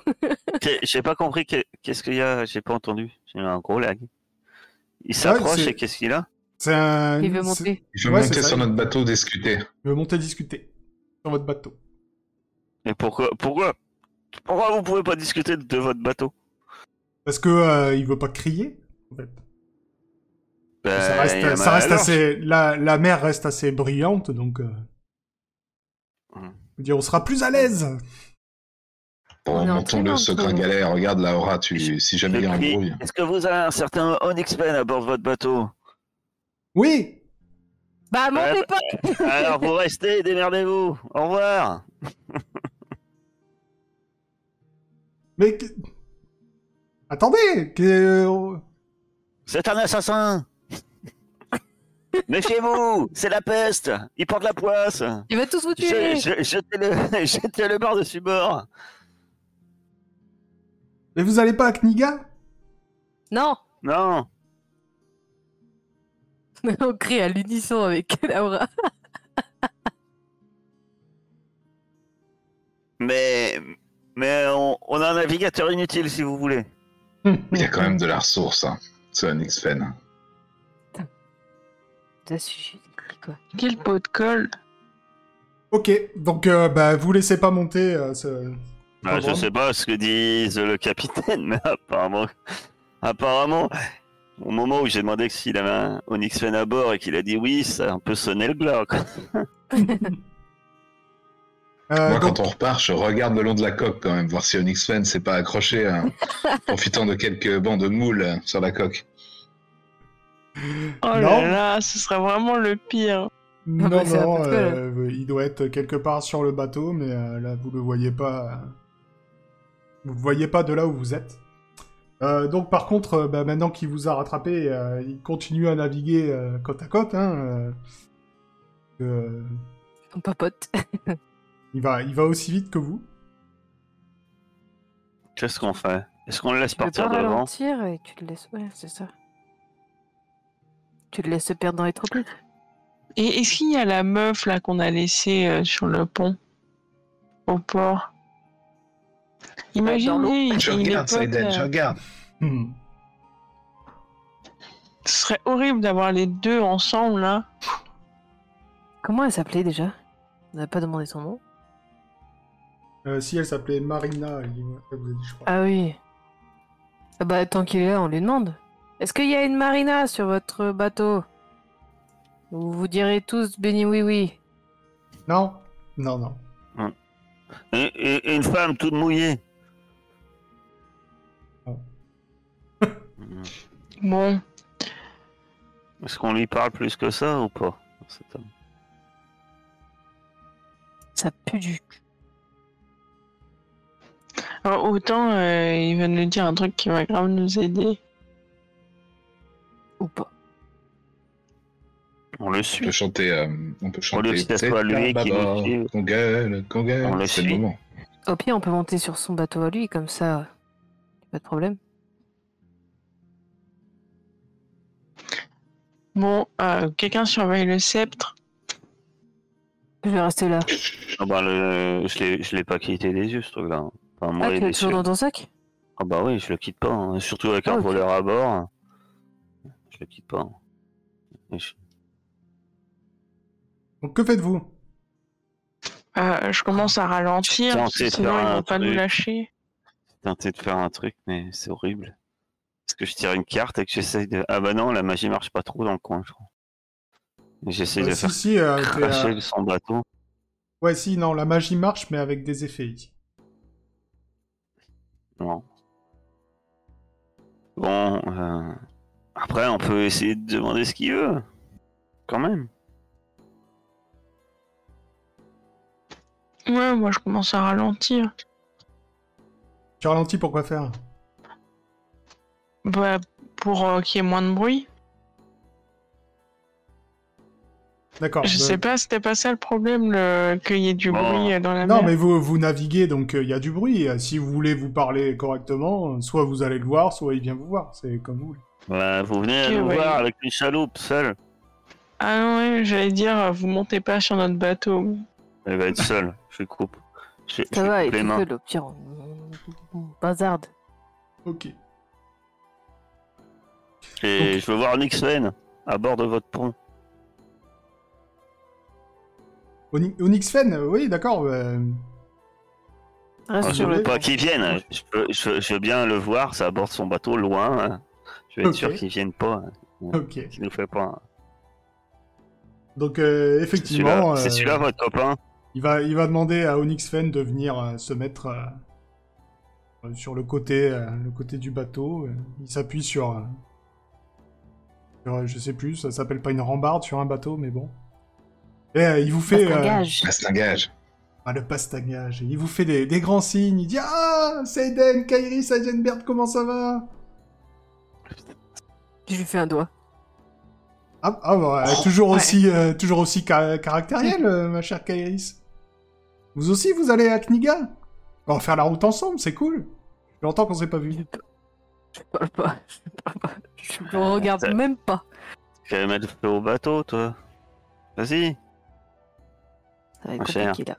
B: J'ai- J'ai pas compris
C: Ah,
B: que- qu'est-ce qu'il y a, j'ai pas entendu. J'ai eu un gros lag. Il s'approche
A: c'est-
B: et qu'est-ce qu'il a
A: C'est un.
D: Il veut
A: Ah, c'est-
D: monter.
C: Je vais
A: Ouais, c'est
C: monter
A: ça.
C: sur notre bateau discuter.
A: Il veut monter discuter. Sur votre bateau.
B: Mais pourquoi Pourquoi Pourquoi vous pouvez pas discuter de votre bateau
A: Parce que euh, il veut pas crier, en fait.
B: Bah,
A: ça
B: il y a
A: reste, ça
B: mal à
A: reste
B: l'heure.
A: assez. La, la mer reste assez brillante, donc. euh,
B: Hmm.
A: je veux Dire, on sera plus à l'aise.
C: Bon,
D: On est en
C: montons
D: train
C: le
D: d'entrer
C: secret
D: dans-
C: galère, regarde la aura,
B: Je-
C: tu... si jamais il y
B: Je
C: a un
B: crie,
C: brouille.
B: Est-ce que vous avez un certain Onyxpen à bord de votre bateau
A: Oui,
D: Bah, montez
B: bah,
D: pas
B: Alors vous restez, démerdez-vous. Au revoir.
A: mais que- attendez, que... euh,
B: C'est un assassin. Méfiez-vous, c'est la peste. Il porte la poisse.
D: Il va tous vous
B: Je-
D: tuer
B: je- Jetez-le jetez le *laughs* bord dessus bord.
A: mais vous allez pas à Kniga
D: Non *laughs*
B: Non.
D: On crie à l'unisson avec *laughs* Laura.
B: Mais, mais on, on a un navigateur inutile si vous voulez.
C: Il y a quand même de la ressource, hein. C'est un X-Fen.
D: Ça suffit, quoi.
E: Quel pot de colle
A: Ok, donc euh, bah vous laissez pas monter. euh, ce-
B: Ah, je
A: Pardon
B: sais pas ce que disent le capitaine, *laughs* mais apparemment, apparemment, au moment où j'ai demandé que s'il avait un Onyx Fen à bord et qu'il a dit oui, ça a un peu sonné le glas. quoi. *laughs*
A: Euh,
C: Moi,
A: donc,
C: quand on repart, je regarde le long de la coque quand même, voir si un X-Fen s'est pas accroché,
A: *laughs*
C: hein, profitant de quelques bancs de moules euh, sur la coque.
E: Oh
A: Non.
E: là là, ce serait vraiment le pire.
A: non,
D: bah, c'est un
A: non,
D: peu de colle.
A: euh, il doit être quelque part sur le bateau, mais euh, là vous le voyez pas. euh, Vous le voyez pas de là où vous êtes. Euh, donc par contre, euh, bah, maintenant qu'il vous a rattrapé, euh, il continue à naviguer euh, côte à côte. Hein, euh, euh,
D: On papote.
A: il va, il va aussi vite que vous.
B: Qu'est-ce qu'on fait Est-ce qu'on le laisse
D: Tu peux pas
B: partir devant
D: ralentir et tu le laisses... Ouais, c'est ça. Tu le laisses se perdre dans les tropiques.
E: Et est-ce qu'il y a la meuf là qu'on a laissée euh, sur le pont au port Imagine,
D: l'eau.
E: lui, il,
C: Je
E: il est
C: regarde,
E: pote,
C: Saiden, je
E: euh,
C: regarde.
A: Hmm.
E: Ce serait horrible d'avoir les deux ensemble là.
D: Comment elle s'appelait déjà On n'a pas demandé son nom.
A: Euh, si elle s'appelait Marina, il- elle vous a dit, je crois.
D: Ah oui. Ah bah, tant qu'il est là, on lui demande. Est-ce qu'il y a une marina sur votre bateau Vous vous direz tous béni oui oui.
A: Non, non, non.
B: une, une- une femme toute mouillée.
A: Bon.
B: Hmm.
E: Bon,
B: *laughs* Est-ce qu'on lui parle plus que ça ou pas cet homme
D: Ça pue du
E: alors, autant euh, il va nous dire un truc qui va grave nous aider.
D: ou pas.
B: On le
C: On peut
B: suit.
C: chanter. euh, on peut chanter.
B: lui, si ça se
C: C'est
B: voit, lui
C: un
B: qui nous
C: bâbord,
B: suit.
C: Qu'on gueule, qu'on gueule.
B: On le
C: C'est le
B: suit.
C: moment.
D: Au pire, on peut monter sur son bateau à lui, comme ça, euh, pas de problème.
E: Bon, euh, quelqu'un surveille le sceptre.
D: Je vais rester là.
B: Ah bah, le- je l'ai- je l'ai pas quitté des yeux ce truc-là. hein. Enfin, moi,
D: Ah,
B: il
D: tu
B: est
D: l'as toujours
B: sûr.
D: dans ton sac
B: Ah bah oui, je le quitte pas, hein. surtout avec
D: Ah,
B: un
D: ok.
B: voleur à bord. Je le quitte pas. hein. Et je-
A: Donc que faites-vous
E: Euh, je commence à ralentir,
B: Putain,
E: parce que
B: c'est
E: sinon
B: pas
E: ils
B: un
E: vont pas nous
B: truc.
E: lâcher.
B: J'ai tenté de faire un truc, mais c'est horrible. Parce que je tire une carte et que j'essaye de... Ah bah non, la magie marche pas trop dans le coin, je crois. Et J'essaye
A: Euh,
B: de
D: Bah,
A: Si,
B: faire
A: si, euh, t'es, euh,
B: cracher son bateau.
A: ouais, si, non, la magie marche, mais avec des effets ici.
B: Non. Bon, euh, après, on peut essayer de demander ce qu'il veut. Quand même.
E: Ouais, moi je commence à ralentir.
A: Tu ralentis pour quoi faire
E: Bah, pour euh, qu'il y ait moins de bruit.
A: D'accord.
E: Je
A: bah,
E: sais pas, c'était pas ça le problème, le... qu'il y ait du
B: Bon.
E: bruit euh, dans la
A: Non,
E: mer.
A: mais vous, vous naviguez, donc il y a du bruit. Euh, Si vous voulez vous parler correctement, euh, soit vous allez le voir, soit il vient vous voir. C'est comme vous voulez.
B: Bah, vous venez
E: Ok,
B: nous
E: ouais.
B: voir avec une chaloupe seule.
E: Ah non, ouais, j'allais dire, euh, vous montez pas sur notre bateau.
B: Elle va être seule. Je coupe. Je, je
D: Ça va,
B: coupe
D: et
B: les
D: puis
B: mains.
D: au pire, on, on bazarde.
A: Ok.
B: Et je veux voir Nick Sven. à bord de votre pont.
A: Oni- Onyx Fen, euh, oui, d'accord. euh,
D: Reste
A: Ah,
B: Je
D: sur
A: oui.
D: le
B: veux
D: pont.
B: pas qu'il vienne. Je, peux- je- je veux bien le voir, ça aborde son bateau loin. hein. Je veux être
A: Ok.
B: sûr qu'il vienne pas, hein,
A: ok.
B: qu'il nous fait pas. un-
A: Donc, euh,
B: C'est celui-là,
A: effectivement,
B: c'est
A: euh,
B: celui-là, votre copain.
A: il, va, il va demander à Onyx Fen de venir euh, se mettre euh, euh, sur le côté, euh, le côté du bateau. euh, Il s'appuie sur, euh, sur, euh, Je sais plus, ça s'appelle pas une rambarde sur un bateau, mais bon. Et euh, il vous fait. euh,
D: Bastingage.
C: Ah, c'est un gage.
A: Ah, le pastagage. Il vous fait des, des grands signes. Il dit Ah, Seiden, Kairi, Seidenbert, comment ça va
D: Je lui fais un doigt.
A: Ah, ah, bah, euh, toujours,
D: Ouais.
A: aussi, euh, toujours aussi ca- caractériel, euh, ma chère Kairis. Vous aussi, vous allez à Kniga On va faire la route ensemble, c'est cool. Ça fait longtemps qu'on s'est pas vu.
D: Je parle pas. Je parle pas. Je le regarde
B: Ça-
D: même pas.
B: Tu vas mettre le feu au bateau, toi. Vas-y.
D: Ça va être
B: Pas cher.
D: compliqué là.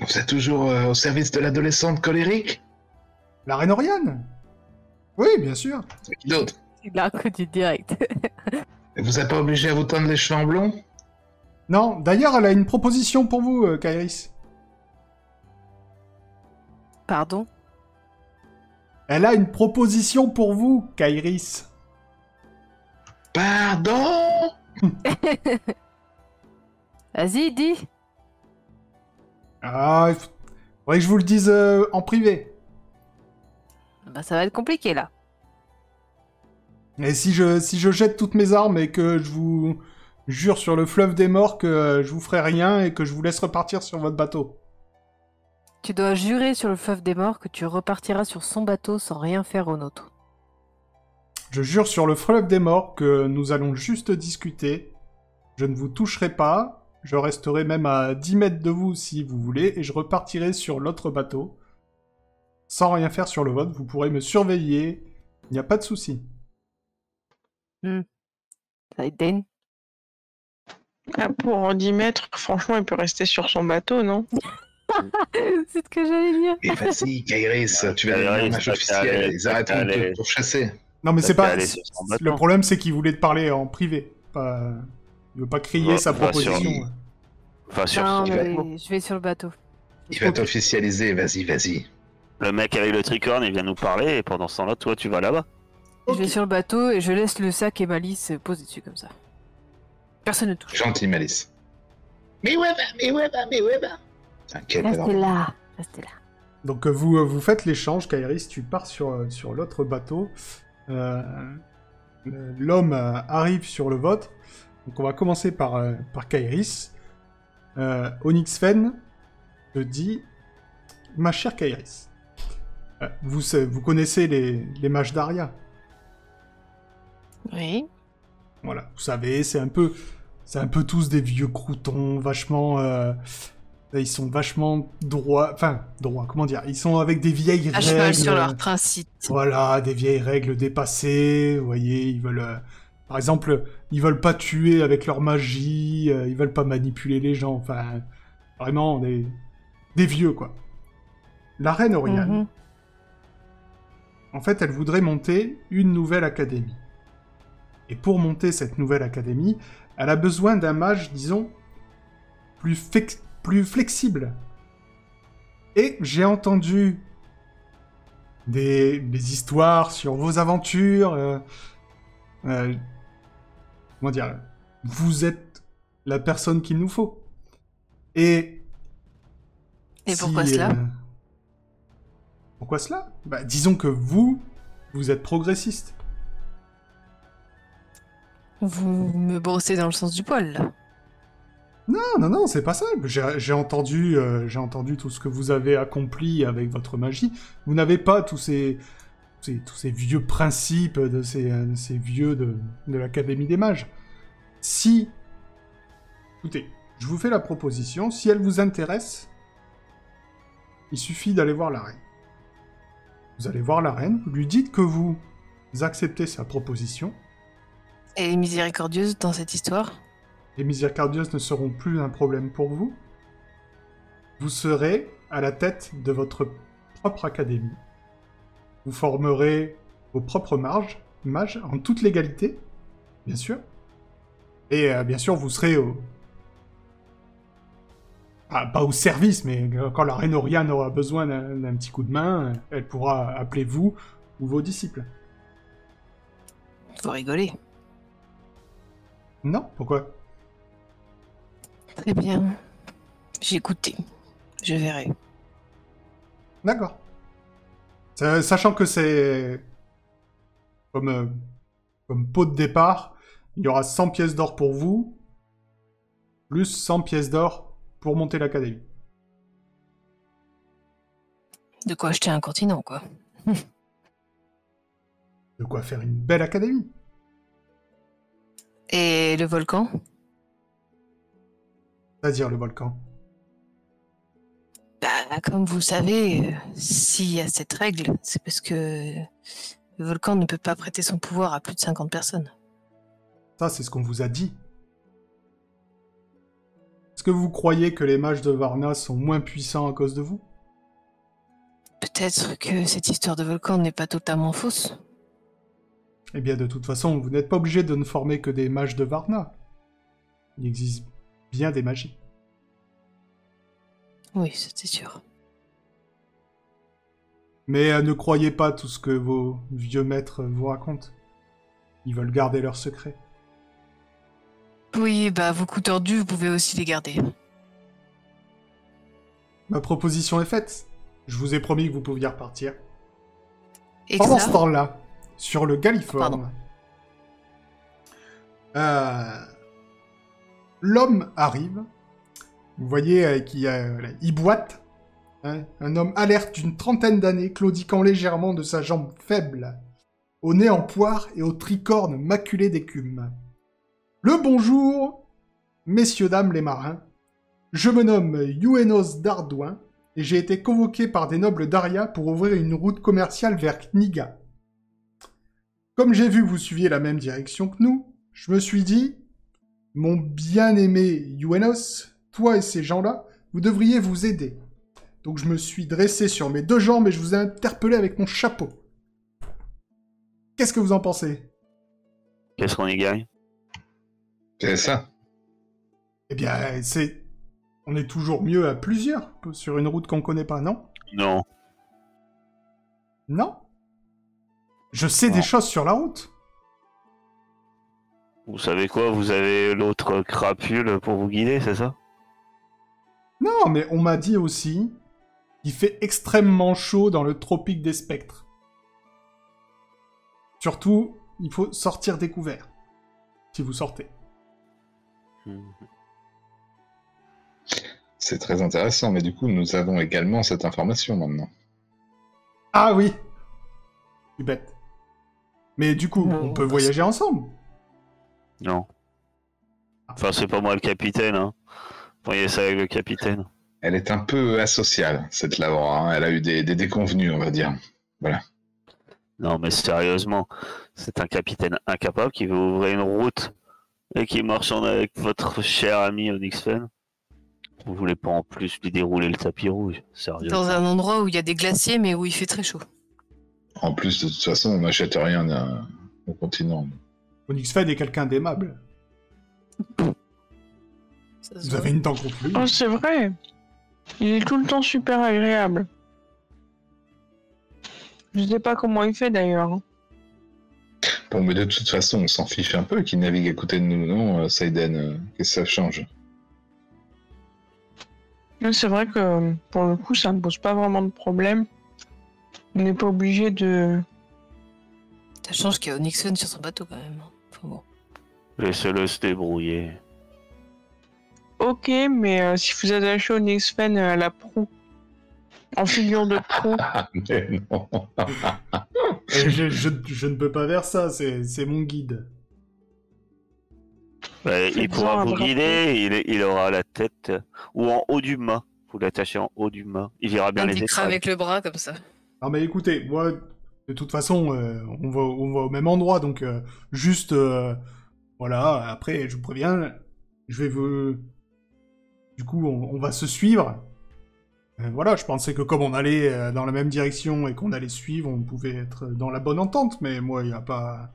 C: Vous êtes toujours euh, au service de l'adolescente colérique
A: La reine Oriane Oui, bien sûr.
C: Qui d'autre
D: Il a un coup du direct.
C: Elle vous a pas obligé à vous teindre les cheveux en blond
A: Non, d'ailleurs, elle a une proposition pour vous, euh, Kairis.
D: *laughs* Pardon
A: Elle a une proposition pour vous, Kairis.
C: Pardon
D: Vas-y, dis.
A: Ah, il faut- faudrait que je vous le dise euh, en privé.
D: Bah, ça va être compliqué là.
A: Et si je, si je jette toutes mes armes et que je vous jure sur le fleuve des morts que euh, je vous ferai rien et que je vous laisse repartir sur votre bateau.
D: Tu dois jurer sur le fleuve des morts que tu repartiras sur son bateau sans rien faire au nôtre.
A: Je jure sur le fleuve des morts que nous allons juste discuter. Je ne vous toucherai pas. Je resterai même à 10 mètres de vous si vous voulez et je repartirai sur l'autre bateau. Sans rien faire sur le vôtre, vous pourrez me surveiller. Il n'y a pas de souci.
D: Ça va être Dane. *laughs*
E: Ah, pour 10 mètres, franchement, il peut rester sur son bateau, non
D: C'est ce que j'allais dire.
C: Et vas-y, Kairis, tu vas
B: Kairis,
C: devenir
B: t'as
C: mage
B: qu'à
C: officiel.
B: aller-
C: Ils
B: t'as
C: arrêtent
B: qu'à
C: de
B: aller-
C: te pourchasser.
A: Non mais
B: Ça
A: c'est
B: peut
A: pas...
B: aller sur son
A: Le
B: bateau.
A: problème c'est qu'il voulait te parler en privé. Pas... Il veut pas crier
B: Ouais,
A: sa
B: bah, sur-
A: proposition.
B: Enfin, sur
D: Non,
B: son-
C: va.
D: mais je vais sur le bateau.
C: Il va
A: Ok.
C: t'officialiser, vas-y, vas-y.
B: Le mec avec le tricorne, il vient nous parler, et pendant ce temps-là, toi, tu vas là-bas.
D: Je vais sur le bateau et je laisse le sac et ma lisse poser dessus comme ça. Personne ne touche.
C: Gentil, Malice. Mais ouais, bah, mais ouais, bah, mais ouais, bah. Ah, quel
D: Restez
C: énorme.
D: là. Restez là.
A: Donc euh, vous, euh, vous faites l'échange, Kairis, tu pars sur, euh, sur l'autre bateau. Euh, euh, L'homme euh, arrive sur le vôtre. Donc on va commencer par, euh, par Kairis. Euh, Onyx Fen te dit Ma chère Kairis, euh, vous, sa- vous connaissez les, les mages d'Aria
E: Oui.
A: Voilà, vous savez, c'est un peu, c'est un peu tous des vieux croutons, vachement, euh, ils sont vachement droits, enfin droits, comment dire, ils sont avec des vieilles euh,
F: À
A: règles,
F: cheval sur leurs principes.
A: voilà, des vieilles règles dépassées, vous voyez, ils veulent, euh, par exemple, ils veulent pas tuer avec leur magie, euh, ils veulent pas manipuler les gens, enfin, vraiment des, des vieux quoi. La reine Oriane,
D: Mhm.
A: en fait, elle voudrait monter une nouvelle académie. Et pour monter cette nouvelle académie, elle a besoin d'un mage, disons, plus, fex- plus flexible. Et j'ai entendu des, des histoires sur vos aventures. euh, euh, comment dire Vous êtes la personne qu'il nous faut. Et.
F: Et pourquoi cela
B: euh,
A: euh, Pourquoi cela bah, Disons que vous, vous êtes progressiste.
F: Vous me brossez dans le sens du poil, là.
A: Non, non, non, c'est pas ça. J'ai j'ai entendu, euh, j'ai entendu tout ce que vous avez accompli avec votre magie. Vous n'avez pas tous ces, ces- tous ces vieux principes de ces, euh, de ces vieux de, de l'Académie des Mages. Si, écoutez, je vous fais la proposition. Si elle vous intéresse, il suffit d'aller voir la reine. Vous allez voir la reine, vous lui dites que vous acceptez sa proposition.
F: Et miséricordieuse dans cette histoire.
A: Les miséricordieuses ne seront plus un problème pour vous. Vous serez à la tête de votre propre académie. Vous formerez vos propres marges, mage en toute légalité, bien sûr. Et euh, bien sûr, vous serez au. Ah, pas au service, mais quand la reine Oriane aura besoin d'un d'un petit coup de main, elle pourra appeler vous ou vos disciples.
F: Vous rigolez.
A: Non Pourquoi
F: Très bien. J'ai écouté. Je verrai.
A: D'accord. Sa- Sachant que c'est comme, euh, comme pot de départ, il y aura 100 pièces d'or pour vous, plus 100 pièces d'or pour monter l'académie.
F: De quoi acheter un continent, quoi.
A: De quoi faire une belle académie.
F: Et le volcan
A: C'est-à-dire le volcan.
F: Bah, comme vous savez, euh, s'il y a cette règle, c'est parce que le volcan ne peut pas prêter son pouvoir à plus de 50 personnes.
A: Ça, c'est ce qu'on vous a dit. Est-ce que vous croyez que les mages de Varna sont moins puissants à cause de vous
F: Peut-être que cette histoire de volcan n'est pas totalement fausse.
A: Eh bien, de toute façon, vous n'êtes pas obligé de ne former que des mages de Varna. Il existe bien des magies.
F: Oui, ça, c'est sûr.
A: Mais euh, ne croyez pas tout ce que vos vieux maîtres vous racontent. Ils veulent garder leur secret.
F: Oui, bah vos coups tordus, vous pouvez aussi les garder.
A: Ma proposition est faite. Je vous ai promis que vous pouviez repartir.
F: Et
A: Pendant
F: ça,
A: ce temps-là, sur le
F: Pardon.
A: Californe, euh, l'homme arrive. Vous voyez euh, qu'il y a, euh, voilà, il boite. hein, un homme alerte d'une trentaine d'années, claudiquant légèrement de sa jambe faible, au nez en poire et aux tricornes maculées d'écume. Le bonjour, messieurs, dames les marins. Je me nomme Yuenos Dardouin et j'ai été convoqué par des nobles d'Aria pour ouvrir une route commerciale vers Kniga. Comme j'ai vu que vous suiviez la même direction que nous, je me suis dit, mon bien-aimé Yuenos, toi et ces gens-là, vous devriez vous aider. Donc je me suis dressé sur mes deux jambes et je vous ai interpellé avec mon chapeau. Qu'est-ce que vous en pensez
B: Qu'est-ce qu'on y gagne
C: C'est ça.
A: Eh bien, c'est... On est toujours mieux à plusieurs que sur une route qu'on connaît pas, non
B: Non.
A: Non. Je sais
B: Non.
A: des choses sur la route.
B: Vous savez quoi Vous avez l'autre crapule pour vous guider, c'est ça
A: Non, mais on m'a dit aussi qu'il fait extrêmement chaud dans le tropique des spectres. Surtout, il faut sortir découvert. Si vous sortez.
D: Hmm.
C: C'est très intéressant, mais du coup, nous avons également cette information maintenant.
A: Ah oui Je suis bête. Mais du coup,
F: Non,
A: on peut
F: parce-
A: voyager ensemble.
B: Non. Enfin, c'est pas moi le capitaine, hein. Voyez ça avec le capitaine.
C: Elle est un peu asociale, cette Lavora. hein. Elle a eu des, des déconvenues, on va dire.
B: Non, mais sérieusement, c'est un capitaine incapable qui veut ouvrir une route et qui marchande avec votre cher ami Onyx Fen. Vous voulez pas en plus lui dérouler le tapis rouge, sérieux.
F: dans un endroit où il y a des glaciers, mais où il fait très chaud.
C: En plus, de toute façon, on n'achète rien d'un- au continent.
A: Onyx Fed est quelqu'un d'aimable.
F: Ça se
A: Vous
F: voit.
A: avez une dent contre lui.
E: Oh, c'est vrai. Il est tout le temps super agréable. Je sais pas comment il fait d'ailleurs.
C: Bon, mais de toute façon, on s'en fiche un peu qui navigue à côté de nous, non, euh, Seiden euh, Qu'est-ce que ça change *laughs*
E: Mais C'est vrai que pour le coup, ça ne pose pas vraiment de problème. On n'est pas obligé de.
F: Ça change qu'il y a Onyxon sur son bateau quand même. Enfin bon.
B: Laissez-le se débrouiller.
E: Ok, mais euh, si vous attachez au Nixfen à la proue, en figure de proue,
C: Ah, mais non
A: Et Euh, je, je- je ne peux pas faire ça, c'est c'est mon guide.
B: Bah, il
E: Faites-en
B: pourra
E: un
B: vous
E: drapeau.
B: guider, il, est- il aura la tête euh, ou en haut du mât. Vous l'attachez en haut du mât. Il verra bien
F: Un
B: les
F: décra
B: écrans.
F: avec le bras comme
A: *laughs*
F: ça.
A: Non mais écoutez, moi, de toute façon, euh, on, va, on va au même endroit, donc euh, juste, euh, voilà, après, je vous préviens, je vais vous... Du coup, on, on va se suivre. Euh, voilà, je pensais que comme on allait euh, dans la même direction et qu'on allait suivre, on pouvait être dans la bonne entente, mais moi, il n'y a pas...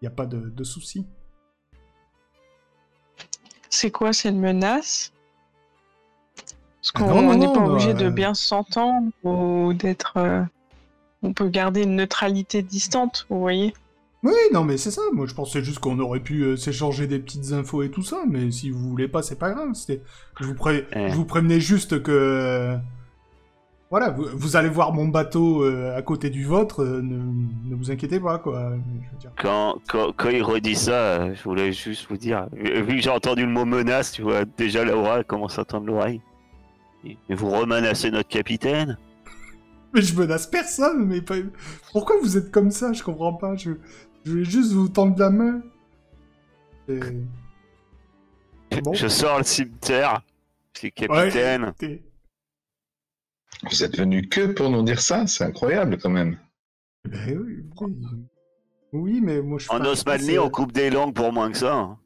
A: Il n'y a pas de, de souci.
E: C'est quoi C'est une menace Parce
A: Ah
E: qu'on
A: non, non,
E: on n'est
A: non,
E: pas
A: non,
E: obligé
A: euh,
E: de bien s'entendre ou d'être. euh, On peut garder une neutralité distante, vous voyez
A: Oui, non, mais c'est ça. Moi, je pensais juste qu'on aurait pu euh, s'échanger des petites infos et tout ça, mais si vous voulez pas, c'est pas grave. C'était, je vous, pré-
B: Eh.
A: je vous prévenais juste que, voilà, vous, vous allez voir mon bateau euh, à côté du vôtre. euh, ne, ne vous inquiétez pas, quoi. Je veux dire.
B: Quand, quand, quand il redit ça, euh, je voulais juste vous dire, vu vu que j'ai entendu le mot menace, tu vois, déjà Laura commence à tendre l'oreille. Et et vous remenacez notre capitaine
A: Mais je menace personne. Mais pas- pourquoi vous êtes comme ça Je comprends pas. Je, je voulais juste vous tendre la main. Et- Bon.
B: Je sors le cimetière. Je dis, capitaine,
A: T'es-
C: Vous êtes venu que pour nous dire ça C'est incroyable quand même.
A: Ben oui, oui. Oui, mais moi je. suis
B: en
A: pas-
B: Osmanli,
A: c'est-
B: on coupe des langues pour moins que ça. hein.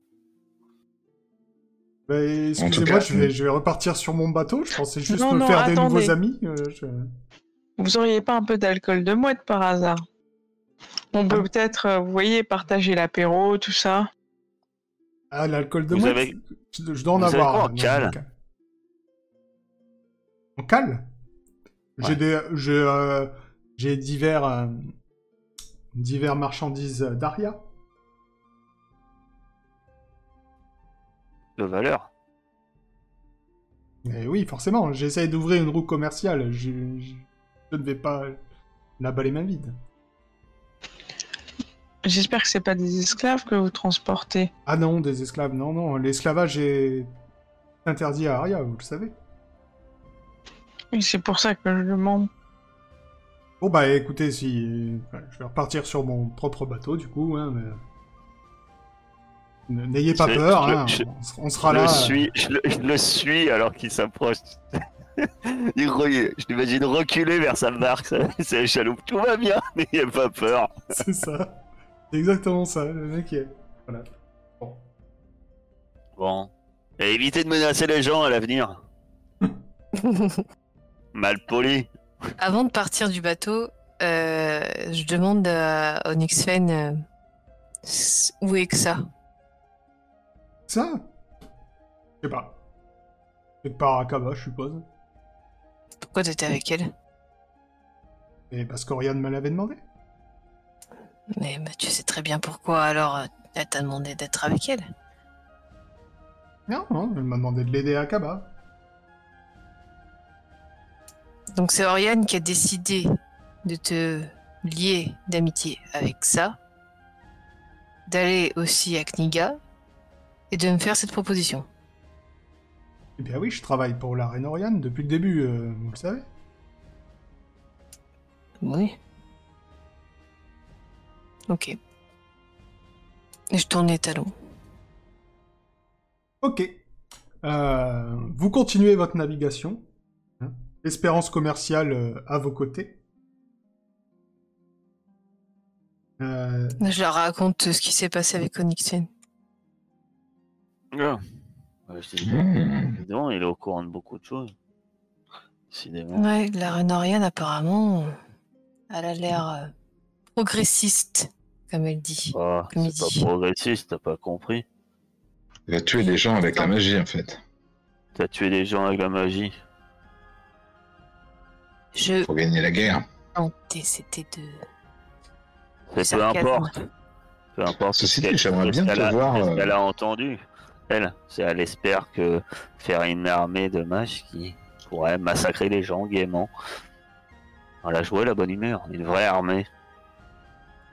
A: Bah,
C: En tout
A: excusez-moi,
C: cas,
A: je vais, je vais repartir sur mon bateau. Je pensais juste
E: Non,
A: me
E: non,
A: faire des
E: attendez.
A: nouveaux amis. euh, je-
E: Vous auriez pas un peu d'alcool de mouette par hasard On peut peut-être, euh, vous voyez, partager l'apéro, tout ça.
A: Ah, l'alcool de
B: Vous
A: moi,
B: avez-
A: je, je dois en
B: vous avez
A: avoir.
B: quoi en
A: là,
B: cale
A: dans mon cas. En cale J'ai
B: Ouais.
A: des, j'ai, euh, j'ai divers, euh, divers marchandises euh, d'Aria.
B: De valeur.
A: Mais oui, forcément, j'essaie d'ouvrir une roue commerciale. Je, je- je ne vais pas là-bas les mains vides.
E: J'espère que c'est pas des esclaves que vous transportez.
A: Ah non, des esclaves, non, non. L'esclavage est interdit à Aria, vous le savez.
E: Et c'est pour ça que je demande.
A: Bon bah écoutez, si enfin, je vais repartir sur mon propre bateau du coup, hein, mais... N- N'ayez pas
B: Je-
A: peur,
B: je-
A: hein,
B: je-
A: on s- on sera
B: je,
A: là.
B: le
A: euh,
B: suis, je, le, je le suis alors qu'il s'approche. *laughs* Il re- je l'imagine reculer vers sa barque, *laughs* sa- sa chaloupe. Tout va bien, *laughs* n'ayez pas peur.
A: *laughs* C'est ça. C'est exactement ça, le mec est... Voilà. Bon.
B: Bon. Et évitez de menacer les gens à l'avenir. Mal poli.
D: Avant de partir du bateau, euh, je demande à Onyx Fen euh, s- où est que ça
A: Ça Je sais pas. C'est par Akaba, je suppose.
D: Pourquoi t'étais avec elle
A: Et parce qu'Oriane me l'avait demandé.
D: Mais bah, tu sais très bien pourquoi, alors euh, elle t'a demandé d'être avec elle.
A: Non, non, elle m'a demandé de l'aider à Akaba.
D: Donc c'est Oriane qui a décidé de te lier d'amitié avec ça, d'aller aussi à Kniga et de me faire cette proposition.
A: Eh bien oui, je travaille pour la reine Oriane depuis le début, euh, vous le savez.
D: Oui. Ok. Et je tourne les talons.
A: Ok. Euh, vous continuez votre navigation. hein. Espérance commerciale euh, à vos côtés. Euh,
D: Je leur raconte ce qui s'est passé avec Onyxen.
B: Ouais, je dis,
C: Mmh.
B: dis donc, il est au courant de beaucoup de choses. Décidément.
D: Ouais, la reine Oriane, apparemment, elle a l'air euh, progressiste, comme elle dit.
B: Ah,
D: Mmh. Comme il
B: c'est pas
D: dit.
B: progressiste, t'as pas compris.
C: Il a tué des gens avec la magie en fait.
B: T'as tué des gens avec la magie.
D: Je
C: Pour gagner la guerre.
D: hantais, c'était de.
B: Mais peu
D: sarcasme.
B: importe. Peu importe.
C: Ceci
B: ce
C: dit,
B: qu'elle-
C: j'aimerais
B: ce
C: bien te
B: qu'elle a-
C: voir,
B: ce
C: euh,
B: qu'elle a entendu, elle, c'est elle espère que faire une armée de mages qui pourrait massacrer les gens gaiement. Elle a joué la bonne humeur, une vraie armée.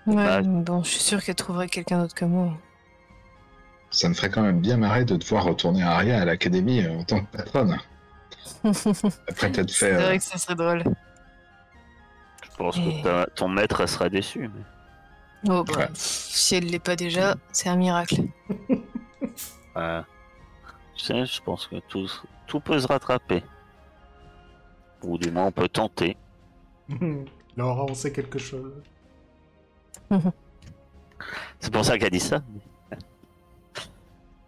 D: Ouais,
B: Dommage.
D: bon, je suis sûre qu'elle trouverait quelqu'un d'autre que moi.
C: Ça me ferait quand même bien marrer de te voir retourner à Aria à l'académie euh, en tant que patronne.
D: *laughs*
C: Après t'être fait.
D: C'est
C: euh,
D: vrai que ça serait drôle.
B: Je pense
D: Et-
B: que ta- ton maître elle sera déçu. mais-
D: Oh, bah,
C: Ouais.
D: si elle l'est pas déjà, c'est un miracle.
B: Euh, tu sais, je pense que tout, tout peut se rattraper. Ou du moins, on peut tenter.
A: Laura, on sait quelque chose.
B: C'est pour ça qu'elle dit ça.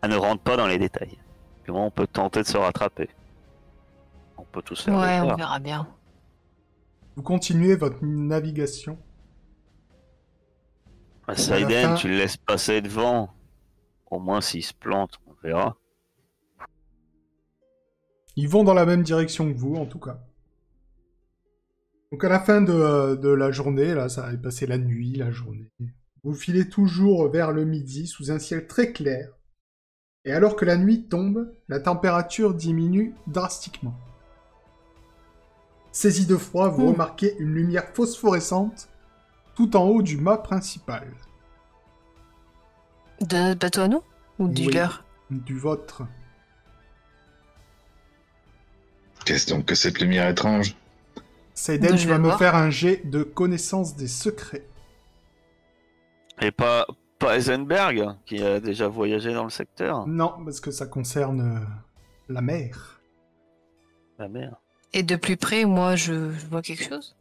B: Elle ne rentre pas dans les détails. Du moins, on peut tenter de se rattraper. On peut tous faire
D: Ouais,
B: des
D: on
B: erreurs.
D: verra bien.
A: Vous continuez votre navigation.
B: Ah,
A: la fin-
B: Saiden, tu le laisses passer devant. Au moins, s'il se plante, on verra.
A: Ils vont dans la même direction que vous, en tout cas. Donc à la fin de, euh, de la journée, là, ça va passer la nuit, la journée. Vous filez toujours vers le midi sous un ciel très clair. Et alors que la nuit tombe, la température diminue drastiquement. Saisi de froid, vous
D: Hmm.
G: Ouh.
A: remarquez une lumière phosphorescente tout en haut du mât principal,
D: De notre bateau à nous Ou du
A: Oui.
D: leur
A: du vôtre.
C: Qu'est-ce donc que cette lumière étrange
A: Seiden,
D: Bah,
A: tu
D: je
A: vas
D: vais
A: me
D: voir.
A: faire un jet de connaissance des secrets.
B: Et pas, pas Heisenberg, qui a déjà voyagé dans le secteur.
A: Non, parce que ça concerne euh, la mer.
B: La merde.
D: Et de plus près, moi, je, je vois quelque chose.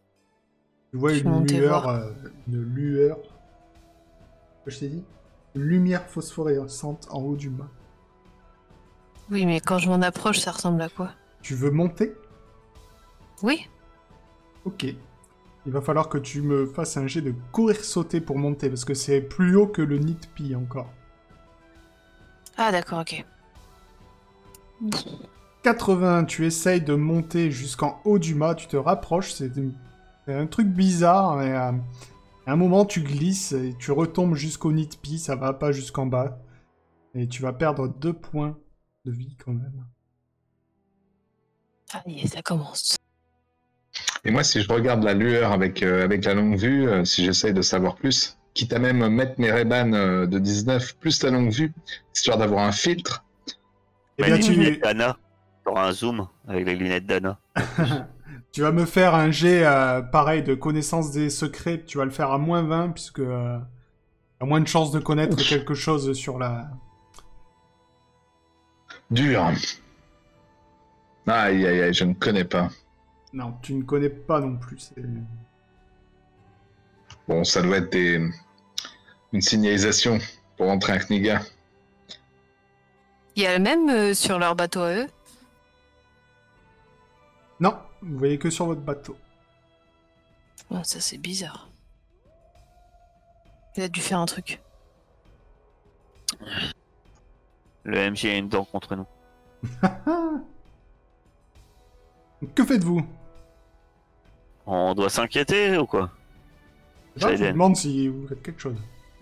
A: Tu vois
D: Je vais
A: une
D: monter
A: lueur,
D: voir.
A: euh, une lueur. Je t'ai dit Une lumière phosphorescente en haut du mât.
D: Oui, mais quand je m'en approche, ça ressemble à quoi
A: Tu veux monter
D: Oui
A: Ok. Il va falloir que tu me fasses un jet de courir-sauter pour monter, parce que c'est plus haut que le nid de pie encore.
D: Ah, d'accord, ok.
A: 80, tu essayes de monter jusqu'en haut du mât, tu te rapproches, c'est une- c'est un truc bizarre, et euh, à un moment tu glisses et tu retombes jusqu'au nid de pie, ça va pas jusqu'en bas, et tu vas perdre deux points de vie quand même.
D: Allez, Ah, ça commence.
C: Et moi, si je regarde la lueur avec, euh, avec la longue vue, euh, si j'essaye de savoir plus, quitte à même mettre mes Ray-Ban euh, de 19 plus la longue vue, histoire d'avoir un filtre,
A: Eh
B: Mais
A: bien,
B: les
A: tu-
B: lunettes d'Anna. T'auras un zoom avec les lunettes d'Anna.
A: Tu vas me faire un jet euh, pareil de connaissance des secrets, tu vas le faire à moins 20 puisque euh, t'as moins de chances de connaître
C: Ouf.
A: quelque chose sur la...
C: dur. Aïe, aïe, aïe, je ne connais pas.
A: Non, tu ne connais pas non plus. c'est-
C: Bon, ça doit être des... une signalisation pour entrer à Kniga.
D: Il y a le même euh, sur leur bateau à eux
A: Non, vous voyez que sur votre bateau.
D: Bon, ça, c'est bizarre. Il a dû faire un truc.
B: Le MJ a une dent contre nous.
A: Ah. Que faites-vous
B: On doit s'inquiéter ou quoi
A: Je sais pas, Je vous
B: Seiden.
A: demande si vous faites quelque chose.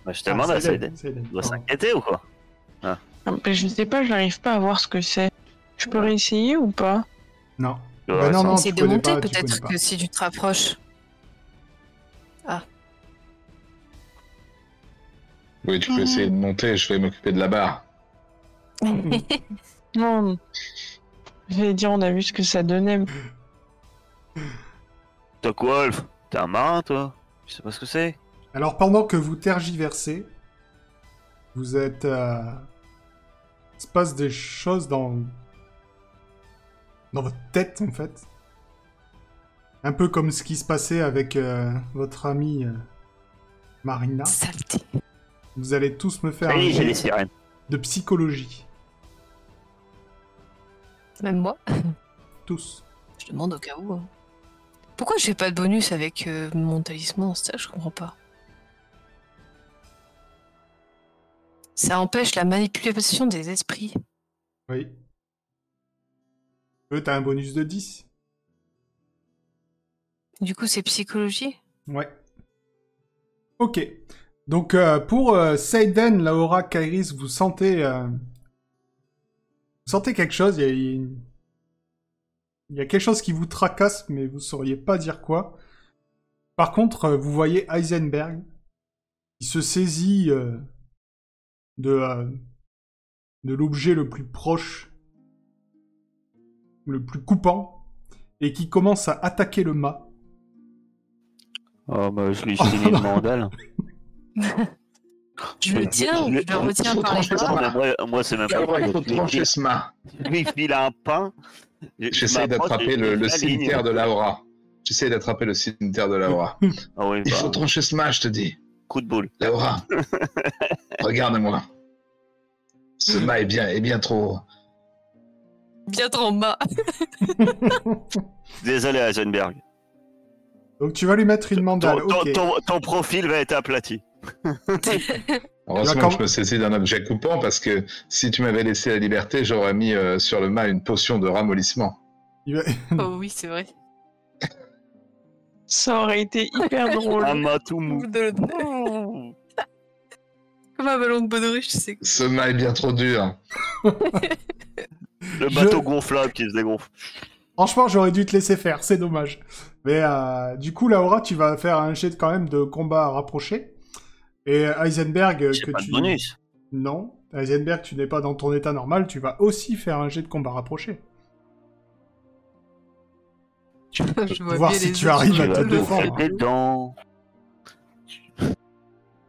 B: bah, Je te demande à
A: Bah, Ah,
B: Saiden.
A: Seiden,
B: On doit
A: pardon.
B: s'inquiéter ou quoi
E: Ah, mais je sais pas, je n'arrive pas à voir ce que c'est. Je peux réessayer ou pas
A: Non.
B: Tu
A: Bah
B: vois,
A: non,
B: ça-
A: non,
D: Essaye
A: tu
D: de
A: connais
D: monter,
A: pas, tu
D: peut-être
A: connais
D: que si tu
A: *laughs*
D: te rapproches.
C: Oui,
D: Mhm.
C: tu peux essayer de monter, je vais m'occuper de la barre.
E: Non. J'allais dire, on a vu ce que ça donnait.
B: Doc Wolf, t'es un marin toi Je sais pas ce que c'est.
A: pas. Alors pendant que vous tergiversez, vous êtes... euh, Il se passe des choses dans... dans votre tête en fait. Un peu comme ce qui se passait avec euh, votre amie euh, Marina.
D: Saleté.
A: Vous allez tous me faire un
B: Oui, j'ai
A: jet
B: des sirènes.
A: de psychologie.
D: Même moi.
A: Tous.
D: Je demande au cas où. hein. Pourquoi je fais pas de bonus avec euh, mon talisman Ça, je comprends pas. Ça empêche la manipulation des esprits.
A: Oui. Eux, t'as un bonus de 10.
D: Du coup, c'est psychologie
A: Ouais. Ok. Donc euh, pour euh, Seiden, Laura, Kairis, vous sentez, euh, vous sentez quelque chose. Il y a, il y a une- il y a quelque chose qui vous tracasse, mais vous sauriez pas dire quoi. Par contre, euh, vous voyez Heisenberg qui se saisit euh, de euh, de l'objet le plus proche, le plus coupant, et qui commence à attaquer le mât.
B: Oh bah je lui ai mis une
D: *laughs*
B: mandale.
D: Je le tiens, je le retiens par les
C: Franchement,
D: bras.
B: Ah, mais moi, moi, c'est même
C: Il
B: pas
C: faut trancher ce mât.
B: Lui, il file un pain. Je- je
C: J'essaye
B: m'approche
C: d'attraper
B: et je
C: le, le
B: fais la ligne.
C: cimetière de Laura. J'essaye d'attraper le cimetière
B: *laughs*
C: de Laura.
B: Ah oui,
C: Il faut
B: bah,
C: trancher ce mât, je te dis.
B: coup de boule. *laughs*
C: Laura, regarde-moi. Ce
B: *laughs*
C: mât est bien, est bien trop.
D: Bien trop
A: *laughs*
D: en bas.
B: Désolé, Heisenberg.
A: Donc tu vas lui mettre une
B: Ton,
A: mandale.
B: ton-
A: Ah, bah, ok.
B: ton- ton profil va être aplati.
A: Là,
C: Heureusement
A: quand-
C: que je me saisis d'un objet coupant parce que si tu m'avais laissé la liberté, j'aurais mis euh, sur le mât une potion de ramollissement.
A: Il va- *laughs*
D: Oh oui, c'est vrai.
E: Ça aurait été
D: *laughs*
E: hyper
A: Ah,
E: drôle.
B: Amatoum.
A: *laughs*
D: Comme un ballon de baudruche, tu sais.
C: Ce mât est bien trop dur.
B: Le
A: Je-
B: bateau gonflable qui se dégonfle.
A: Franchement, j'aurais dû te laisser faire, c'est dommage. Mais euh, du coup, Laura, tu vas faire un jet quand même de combat rapproché. Et euh, Heisenberg, euh, que
B: J'ai pas
A: tu...
B: de bonus.
A: Non, Heisenberg, tu n'es pas dans ton état normal, tu vas aussi faire un jet de combat rapproché.
D: Je vois
A: voir
D: bien
A: si
D: les
A: tu
D: autres
A: arrives
D: sur
A: à
D: le-
A: te
B: Tu vas
A: défendre.
B: bouffer des dents.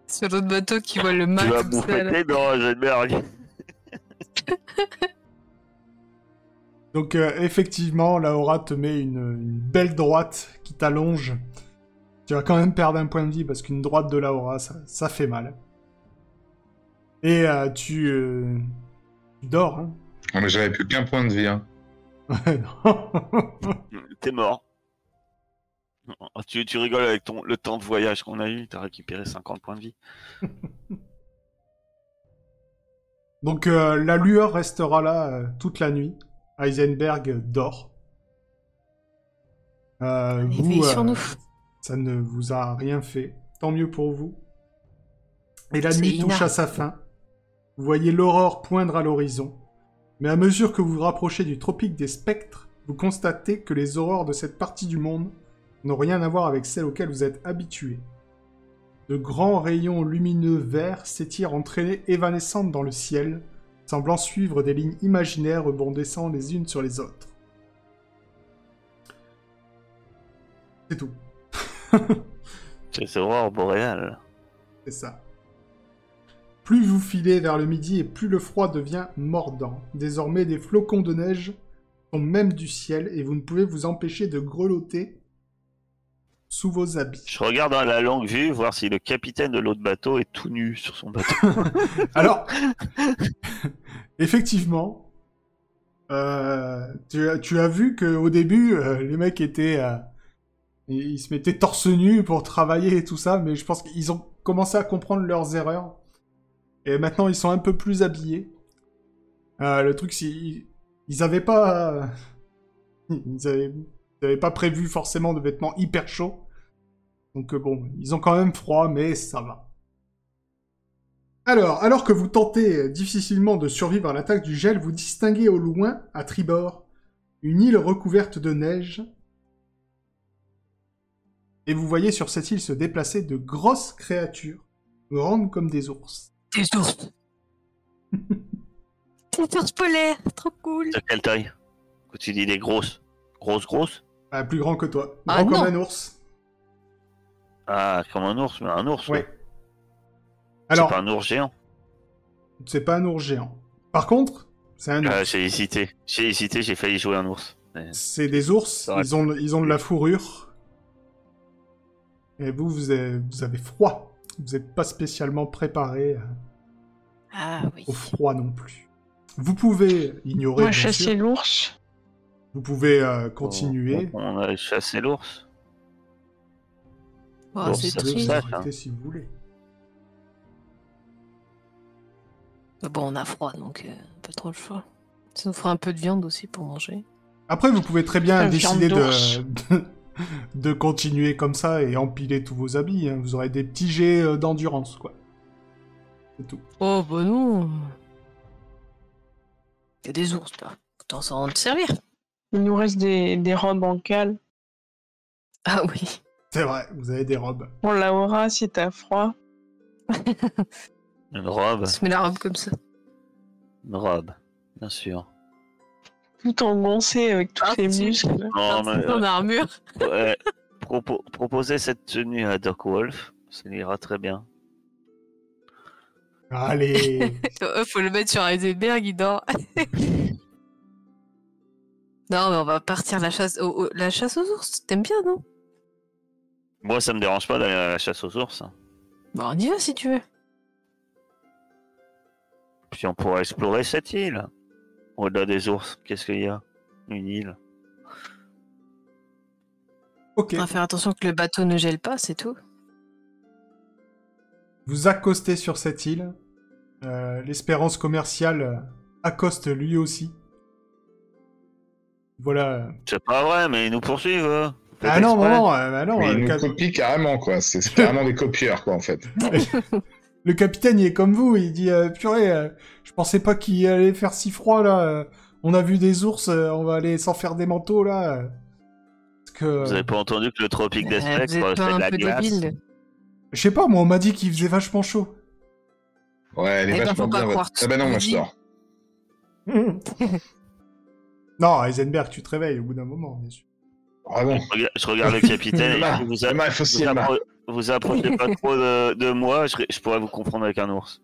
D: Sur l'autre bateau qui voit le
B: Tu
D: mal
B: vas
D: comme ça.
B: bouffer
D: là.
B: tes dents, Heisenberg.
A: Donc euh, effectivement, Laura te met une, une belle droite qui t'allonge. Tu vas quand même perdre un point de vie parce qu'une droite de Laura, ça, ça fait mal. Et euh, tu, euh, tu dors. Hein
C: Non, mais J'avais plus qu'un point de vie. hein.
A: Ouais, non.
B: T'es mort. Oh, Tu, tu rigoles avec ton, le temps de voyage qu'on a eu, t'as récupéré 50 points de vie.
A: *laughs* Donc euh, la lueur restera là euh, toute la nuit. Heisenberg euh, dort. Euh,
D: Il
A: vous,
D: veille sur
A: euh,
D: nous.
A: ça ne vous a rien fait. Tant mieux pour vous. Et la
D: C'est
A: nuit touche
D: énorme.
A: à sa fin. Vous voyez l'aurore poindre à l'horizon. Mais à mesure que vous vous rapprochez du tropique des spectres, vous constatez que les aurores de cette partie du monde n'ont rien à voir avec celles auxquelles vous êtes habitués. De grands rayons lumineux verts s'étirent en traînées évanescentes dans le ciel, semblant suivre des lignes imaginaires rebondissant les unes sur les autres. C'est tout.
B: C'est horreur boréale.
A: C'est ça. Plus vous filez vers le midi et plus le froid devient mordant. Désormais, des flocons de neige tombent même du ciel et vous ne pouvez vous empêcher de grelotter sous vos habits.
B: Je regarde à la longue vue voir si le capitaine de l'autre bateau est tout nu sur son *laughs* bateau.
A: Alors, *laughs* effectivement, euh, tu, as- tu as vu qu'au début, euh, les mecs étaient... euh, ils ils se mettaient torse nu pour travailler et tout ça, mais je pense qu'ils ont commencé à comprendre leurs erreurs. Et maintenant, ils sont un peu plus habillés. Euh, le truc, c'est... Ils, ils avaient pas... euh, *laughs* ils, avaient, ils avaient pas prévu forcément de vêtements hyper chauds. Donc euh, bon, ils ont quand même froid, mais ça va. Alors, alors que vous tentez euh, difficilement de survivre à l'attaque du gel, vous distinguez au loin, à tribord, une île recouverte de neige. Et vous voyez sur cette île se déplacer de grosses créatures, grandes comme des ours.
D: Des ours. *laughs* Des ours polaires, trop cool.
B: De quelle taille Quand tu dis des grosses. Grosses, grosses
A: Bah, plus grand que toi. Grand
D: Ah
A: comme
D: non.
A: un ours.
B: Ah, comme un ours, mais un ours.
A: Ouais.
B: oui. C'est
A: Alors,
B: pas un ours géant.
A: c'est pas un ours géant. Par contre, c'est un ours.
B: Ah, j'ai hésité. J'ai hésité, j'ai failli jouer un ours. Mais
A: C'est des ours,
B: aurait
A: ils ont, ils ont de la fourrure. Et vous, vous avez, vous avez froid. Vous n'êtes pas spécialement préparé à-
D: Ah oui.
A: au froid non plus. Vous pouvez ignorer, bien
E: Moi, chasser
A: sûr.
E: l'ours.
A: vous pouvez euh, continuer.
B: On, on a chassé l'ours.
D: Oh,
B: Bon,
D: c'est
B: ça,
A: vous pouvez vous
D: triste.
B: ça. hein.
A: arrêter si vous voulez.
D: Mais Bon, on a froid, donc euh, pas trop le choix. Ça nous fera un peu de viande aussi pour manger.
A: Après, vous pouvez très bien
E: La
A: décider
E: viande
A: de, de, *laughs* de continuer comme ça et empiler tous vos habits. hein. Vous aurez des petits jets euh, d'endurance, quoi. C'est tout.
H: Oh, bah non.
D: Il y a des ours, là. Autant s'en te servir.
E: Il nous reste des, des robes en cale.
D: Ah oui.
A: C'est vrai, vous avez des robes.
E: Bon, Laura, si t'as froid.
B: Une robe.
D: On se met la robe comme ça.
B: Une robe. Bien sûr.
E: Tout engoncé avec tous
D: Ah,
E: les
D: si.
E: muscles.
B: Non, mais,
D: en armure.
B: euh, ouais. Propo- proposer cette tenue à Doc Wolf, ça lui ira très bien.
E: *laughs*
A: Allez
D: Euh, Faut le mettre sur Heisenberg, il dort. *laughs* non, mais on va partir la chasse, au- au- la chasse aux ours. T'aimes bien, non
B: Moi, ça me dérange pas d'aller à la chasse aux ours. hein.
D: Bon, on y va si tu veux.
B: Puis on pourra explorer cette île. Au-delà des ours, qu'est-ce qu'il y a Une île.
A: Ok.
D: On va faire attention que le bateau ne gèle pas, c'est tout.
A: Vous accostez sur cette île. Euh, L'espérance commerciale euh, accoste lui aussi. Voilà.
B: C'est pas vrai, mais ils nous poursuivent. eux. Faites
A: Ah non,
B: exprès.
A: non, non, euh, bah non,
C: Mais
A: euh,
C: ils
A: le,
C: nous
A: cap-
C: copient carrément, quoi. C'est c'est carrément des copieurs, quoi, en fait.
A: le capitaine, il est comme vous. Il dit euh, Purée, euh, je pensais pas qu'il allait faire si froid là. euh, On a vu des ours, euh, on va aller s'en faire des manteaux là. euh. Parce que.
B: Vous avez pas entendu que le tropique
D: Euh,
B: d'Aspect,
D: vous êtes
B: c'est
D: pas
B: de
D: un
B: la
D: peu
B: glace.
D: débile.
A: Je sais pas, moi, on m'a dit qu'il faisait vachement chaud.
C: Ouais, elle est
D: Eh ben,
C: vachement
D: faut pas
C: bien. votre-
D: croire tout
C: Ah ben
D: ce
C: non,
D: qu'on
C: moi je
D: dit.
C: sors.
A: Non, Heisenberg, tu te réveilles au bout d'un moment, bien sûr. *laughs*
C: Ah bon.
B: Je regarde- Je regarde le capitaine
C: Emma,
B: et Eh, vous, a-
A: Bah,
C: Emma, il faut
B: vous,
C: s'y Emma.
B: appro- vous approchez pas trop de, de moi, je, je pourrais vous comprendre avec un ours.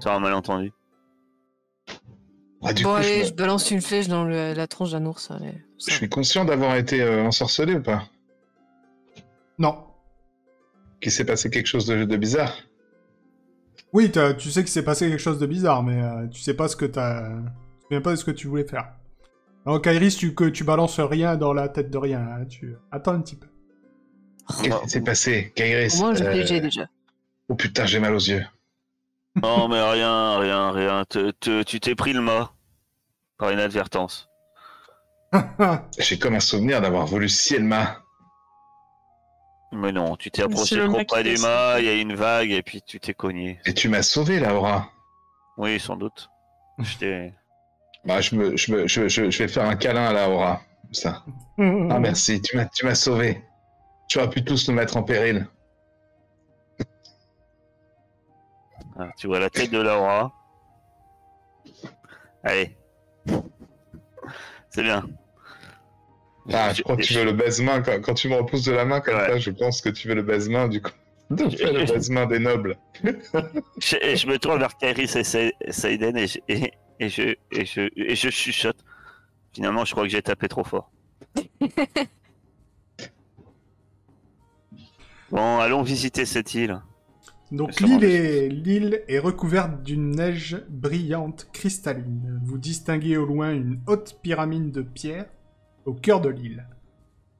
B: C'est un malentendu.
C: Ah, du
D: Bon,
C: coup, je
D: allez,
C: me-
D: je balance une flèche dans le- la tronche d'un ours. allez.
C: je suis conscient d'avoir été euh, ensorcelé ou pas
A: non.
C: Qu'il s'est passé quelque chose de, de bizarre
A: Oui, t'as- tu sais qu'il s'est passé quelque chose de bizarre, mais euh, tu sais pas ce que t'as. Tu te souviens pas de ce que tu voulais faire. Alors, Kairis, tu, que tu balances rien dans la tête de rien. hein, tu... Attends un petit peu.
C: Qu'est-ce qui s'est passé, Kairis
D: Au moins, j'ai
C: Euh,
D: piégé déjà.
C: Oh putain, j'ai mal aux yeux.
B: Non, mais rien, rien, rien. Te- te- tu t'es pris le mât par inadvertance.
A: *laughs*
C: J'ai comme un souvenir d'avoir voulu scier le mât.
B: Mais non, tu t'es
E: Mais c'est
B: approché
E: le
B: trop
E: mec qui
B: près du
E: fait ça.
B: mât, il y a une vague et puis tu t'es cogné.
C: Et tu m'as sauvé, Laura.
B: Oui, sans doute.
C: *laughs*
B: J'étais.
C: Bah, je, me, je, me- je, je- je vais faire un câlin à Laura. Comme Ça.
D: *laughs*
C: Ah merci, tu m'as, tu m'as sauvé. Tu aurais pu tous nous mettre en péril.
B: Ah, tu vois la tête de Laura. Allez. C'est bien.
C: Ah, je crois que tu veux le baise-main. Quand, quand tu me repousses de la main comme
B: Ouais.
C: ça, je pense que tu veux le baise-main, du coup. Donc, fais le baise-main des nobles.
B: Je, et je me tourne vers Kairis et Sa- Saiden et je, et, et je, et, je, et je chuchote. Finalement, je crois que j'ai tapé
A: *laughs*
B: trop fort. bon, allons visiter cette île.
A: Donc
B: Sûrement
A: l'île
B: des
A: est, l'île est recouverte d'une neige brillante cristalline. Vous distinguez au loin une haute pyramide de pierre au cœur de l'île.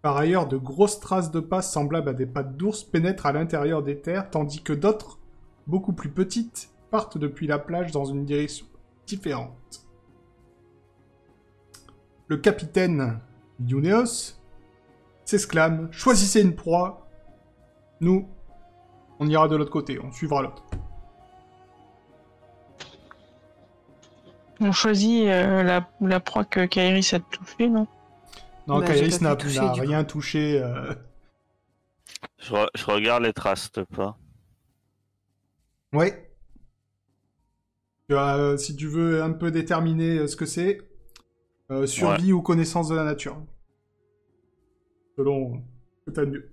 A: Par ailleurs, de grosses traces de pas semblables à des pattes d'ours pénètrent à l'intérieur des terres, tandis que d'autres, beaucoup plus petites, partent depuis la plage dans une direction différente. Le capitaine Youneos s'exclame « Choisissez une proie, nous on ira de l'autre côté, on suivra l'autre.
E: On choisit euh, la, la proie que Kairis a touchée, non
A: Non,
D: Bah, j'ai
A: Kairis
D: pas
A: n'a
D: pu toucher,
A: n'a
D: du coup.
A: rien touché. euh,
B: Je, re- je regarde les traces de pas.
A: Ouais. Tu as, euh, si tu veux un peu déterminer euh, ce que c'est, euh, survie ou connaissance de la nature. Selon ce que t'as de mieux.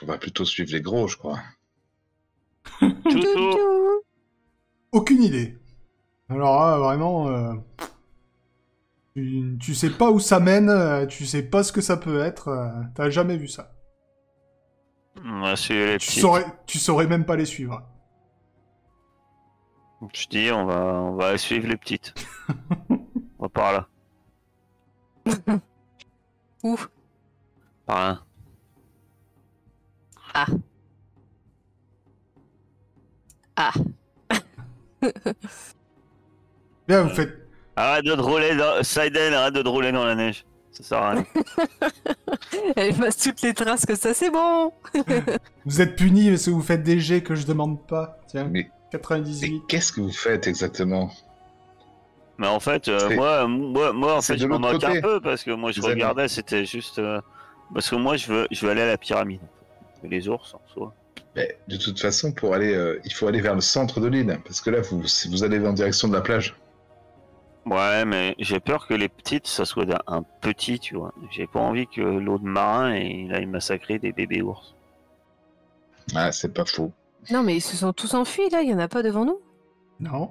C: On va plutôt suivre les gros, je crois.
B: Toutou
A: Aucune idée. Alors là, vraiment, euh, tu, tu sais pas où ça mène, euh, tu sais pas ce que ça peut être, euh, t'as jamais vu ça.
B: Monsieur les
A: Tu
B: petits.
A: saurais, tu saurais même pas les suivre.
B: Je dis, on va, on va suivre
A: *laughs*
B: les petites. on va par là.
D: Où
B: Par là.
A: Bien, vous faites,
B: Arrête de te rouler dans... Saiden, arrête de te rouler dans la neige. Ça sert à rien.
D: *laughs* Elle efface toutes les traces que ça, c'est bon
A: vous êtes punis parce que vous faites des jets que je demande pas. Tiens,
C: Mais, mais
A: 98.
C: qu'est-ce que vous faites exactement
B: Mais en fait, euh,
C: C'est-
B: moi, moi, moi, en
C: c'est
B: fait,
C: de
B: je m'en
C: l'autre
B: moque un
C: côté.
B: peu parce que moi, je
C: Les amis.
B: regardais, c'était juste euh, parce que moi, je veux, je veux aller à la pyramide. Et les ours, en soi.
C: Mais de toute façon, pour aller, euh, il faut aller vers le centre de l'île, parce que là, vous, si vous allez en direction de la plage.
B: Ouais, mais j'ai peur que les petites, ça soit d'un- un petit, tu vois. J'ai pas envie que l'eau de marin et il aille massacrer des bébés ours.
C: Ah, c'est pas faux.
D: Non, mais ils se sont tous enfuis, là, il y en a pas devant nous.
A: Non.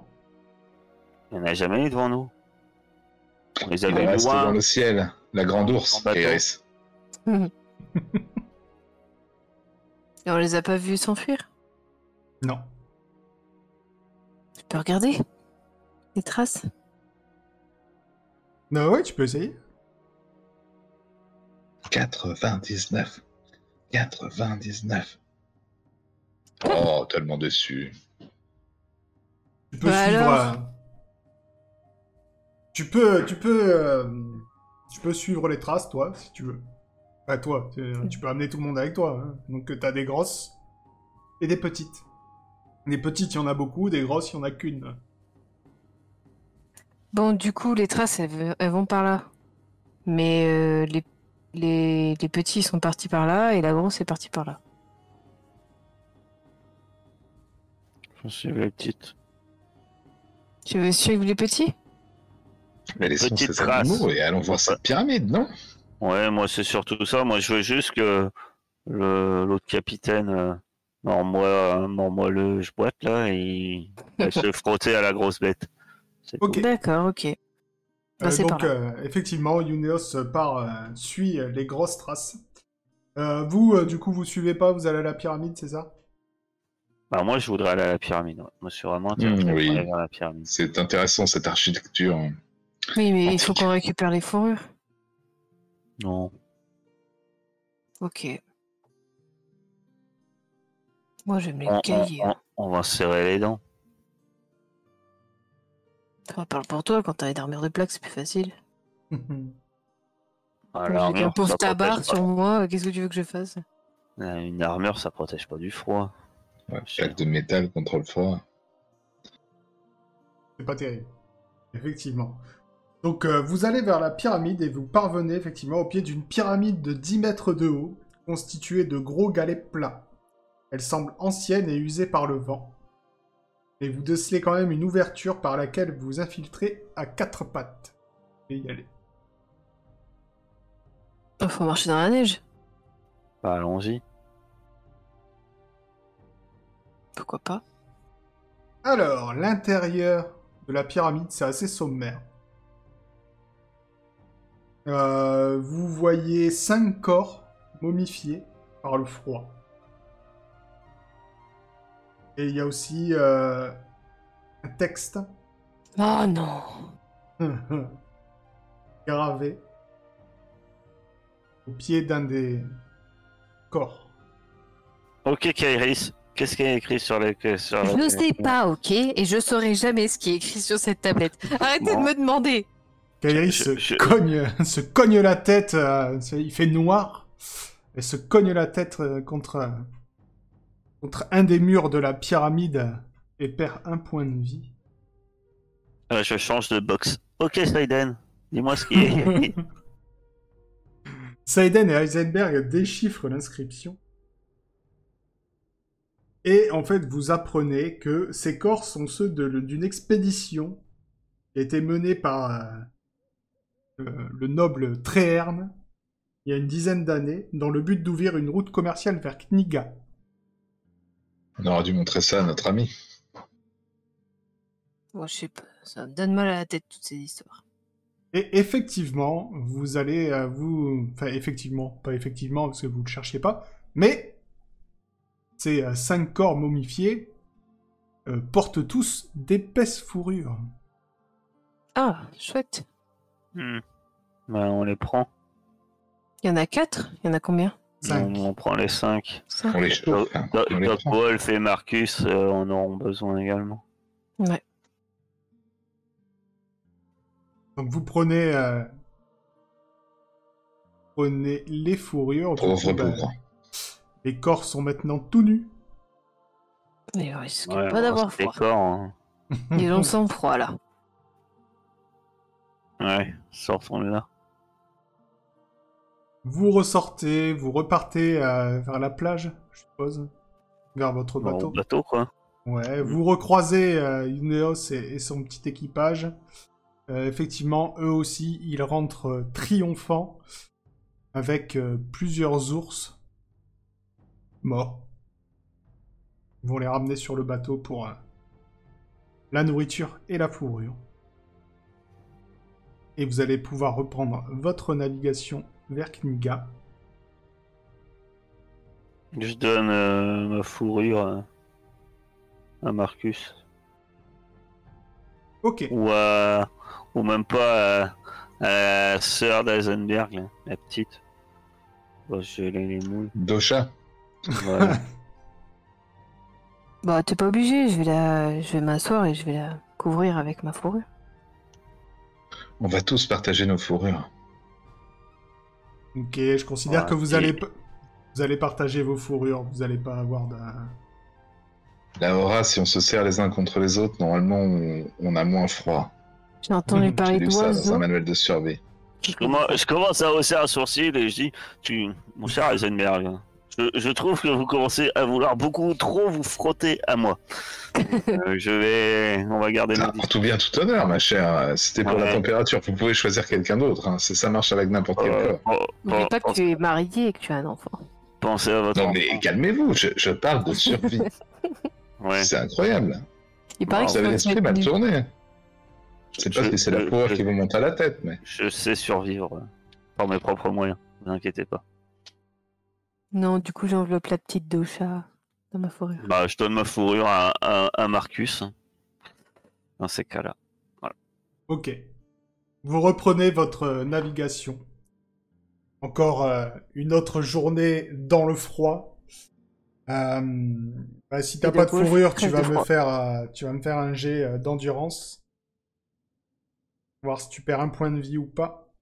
B: Il y en a jamais eu devant nous. On les a
C: Il
B: vus
C: reste dans
B: loin.
C: le ciel, la grande ours,
B: En bateau.
C: Iris.
D: Et on les a pas vus s'enfuir.
A: Non.
D: Tu peux regarder les traces.
A: Non, ouais, tu peux essayer.
C: 99. 99. Oh, tellement déçu.
A: Tu peux
D: Bah
A: suivre.
D: alors
A: euh, Tu peux, tu peux, euh, tu peux suivre les traces, toi, si tu veux. Enfin, toi, tu, tu peux amener tout le monde avec toi. hein. Donc, euh, t'as des grosses et des petites. Des petites, il y en a beaucoup. Des grosses, il y en a qu'une.
D: Bah, Bon, du coup, les traces, elles, v- elles vont par là. Mais euh, les, les, les petits sont partis par là et la grosse est partie par là.
B: Je suis les petites.
D: Tu veux suivre les petits
C: Mais laissons
B: Petite
C: ces
B: trace.
C: animaux et allons voir cette pyramide, non
B: Ouais, moi c'est surtout ça. Moi je veux juste que le- l'autre capitaine euh, mormois, mormois le je boite là, il il se frotter à la grosse bête. C'est
A: Ok.
D: *laughs* D'accord, ok. Bah,
A: Euh,
D: c'est
A: donc,
D: par là.
A: euh, effectivement, Yuneos euh, part, euh, suit euh, les grosses traces. Euh, vous, euh, du coup, vous suivez pas, vous allez à la pyramide, c'est ça
B: Bah, moi, je voudrais aller à la pyramide. ouais. Moi, je suis vraiment
C: Mm,
B: intéressé
C: oui.
B: par aller vers la pyramide.
C: C'est intéressant cette architecture.
A: euh,
D: Oui, mais il
C: Antique.
D: faut qu'on récupère les fourrures.
B: Non.
D: Ok. Moi, je vais me
B: On,
D: les
B: on-
D: cahiers.
B: on- on va serrer les dents.
D: Toi, parle pour toi, quand t'as une armure de plaques, c'est plus facile.
A: *laughs*
B: Ah,
D: Moi, J'ai
B: l'armure,
D: un pauvre
B: ça protège
D: tabard
B: pas.
D: sur moi, euh, qu'est-ce que tu veux que je fasse
B: Ah, Une armure, ça protège pas du froid.
C: Ouais, plaque de métal contre le froid.
A: C'est pas terrible. Effectivement. Donc euh, vous allez vers la pyramide et vous parvenez effectivement au pied d'une pyramide de 10 mètres de haut, constituée de gros galets plats. Elle semble ancienne et usée par le vent. Et vous décelez quand même une ouverture par laquelle vous vous infiltrez à quatre pattes. Et y aller.
D: Il Faut marcher dans la neige.
B: Bah, allons-y.
D: Pourquoi pas
A: Alors, l'intérieur de la pyramide, c'est assez sommaire. Euh, vous voyez cinq corps momifiés par le froid. Et il y a aussi euh, un texte *laughs*
D: Oh non
A: gravé au pied d'un des corps.
B: Ok, Kairis. Qu'est-ce qu'il y a écrit sur les. que- Sur
D: Je
B: les-
D: ne sais pas, ok Et je saurai jamais ce qui est écrit sur cette tablette. Arrêtez
B: Bon.
D: de me demander
A: Kairi
B: Je-
A: se,
B: je-
A: Cogne, *laughs* se cogne la tête, euh, c'est- il fait noir, et se cogne la tête euh, contre, euh, contre un des murs de la pyramide euh, et perd un point de vie.
B: Euh, je change de box. Ok, Saiden. Dis-moi ce qui
D: *laughs*
B: est.
A: Seiden et Heisenberg déchiffrent l'inscription. Et en fait, vous apprenez que ces corps sont ceux de- d'une expédition qui a été menée par euh, euh, le noble Tréherne il y a une dizaine d'années dans le but d'ouvrir une route commerciale vers Kniga.
C: On aurait dû montrer ça à notre ami.
D: Moi, Oh, je sais pas, ça me donne mal à la tête, toutes ces histoires.
A: Et effectivement, vous allez euh, vous... Enfin, effectivement, pas effectivement, parce que vous ne cherchez pas, mais ces euh, cinq corps momifiés euh, portent tous d'épaisses fourrures.
D: Ah, chouette
B: Hmm. Bah, on les prend.
D: Il y en a quatre Il y en a combien
A: Cinq.
B: On, on prend les 5.
D: Cinq
C: On les chauffe. hein.
B: Doc
C: On les
B: Doc
C: prend.
B: Wolf et Marcus euh, en auront besoin également.
A: Donc vous prenez... euh, prenez les fourrures. du
C: Pauvre
A: coup, bah,
C: pauvre.
A: les corps sont maintenant tout nus.
D: Mais on risque
B: Ouais,
D: pas
B: on
D: d'avoir
B: se
D: froid.
B: décore, hein.
D: Ils ont le sang froid, là.
B: Ouais, sortons de là.
A: *laughs* Vous ressortez, vous repartez euh, vers la plage, je suppose. Vers votre
B: Bon,
A: bateau.
B: bateau, quoi.
A: Ouais, vous recroisez euh, Ineos et, et son petit équipage. Euh, effectivement, eux aussi, ils rentrent euh, triomphants avec euh, plusieurs ours morts. Ils vont les ramener sur le bateau pour euh, la nourriture et la fourrure. Et vous allez pouvoir reprendre votre navigation vers Kniga.
B: Je donne euh, ma fourrure euh, à Marcus.
A: Ok,
B: Ou, à... ou même pas à, à la sœur d'Eisenberg, là, la petite. Bah,
C: *laughs*
B: Bon, je l'ai les moules.
C: Dosha.
B: Voilà.
D: Bah, t'es pas obligé, je vais la... je vais m'asseoir et je vais la couvrir avec ma fourrure.
C: On va tous partager nos fourrures.
A: Ok, je considère
B: Ouais,
A: que vous
B: et-
A: allez, p- vous allez partager vos fourrures, vous allez pas avoir de...
C: La aura, si on se serre les uns contre les autres, normalement, on, on a moins froid.
D: J'ai entendu
B: Mmh,
C: J'ai
D: parler
C: lu ça dans un
D: d'oiseaux.
C: manuel de survie.
B: Je commence, je commence à hausser un sourcil et je dis tu, Mon cher Heisenberg, je, je trouve que vous commencez à vouloir beaucoup trop vous frotter à moi. Euh, je vais. On va garder
C: Ah,
B: nos
C: en *laughs* tout bien, tout honneur, ma chère. C'était pour la
B: Ouais.
C: température. Vous pouvez choisir quelqu'un d'autre. hein. C'est- Ça marche avec n'importe quel
B: Euh,
C: corps.
B: oh,
D: N'oublie
B: oh,
D: pas que
B: pense-
D: tu es marié et que tu as un enfant.
B: Pensez à votre.
C: Non, mais calmez-vous. Je, je parle de survie.
B: enfant. Ouais.
C: C'est incroyable.
D: Il paraît
B: Ah,
D: que
C: Vous
D: tu
C: avez
D: dois te
C: l'esprit
D: mettre
C: mal
D: nu.
C: tourné. Je sais pas
B: Je-
C: si c'est la
B: je-
C: poire
B: je-
C: qui vous monte à la tête, mais.
B: Je sais survivre euh, par mes propres moyens, ne vous inquiétez pas.
D: Non, du coup, j'enveloppe la petite Docha dans ma fourrure.
B: Bah, je donne ma fourrure à, à- à Marcus. hein, Dans ces cas-là.
A: Ok. Vous reprenez votre euh, navigation. Encore euh, une autre journée dans le froid. Euh, bah, si t'as
D: Et de
A: pas de
D: gauche,
A: fourrure, tu
D: crève
A: vas
D: de
A: me
D: froid.
A: faire, euh, tu vas me faire un jet euh, d'endurance. Voir si tu perds un point de vie ou pas.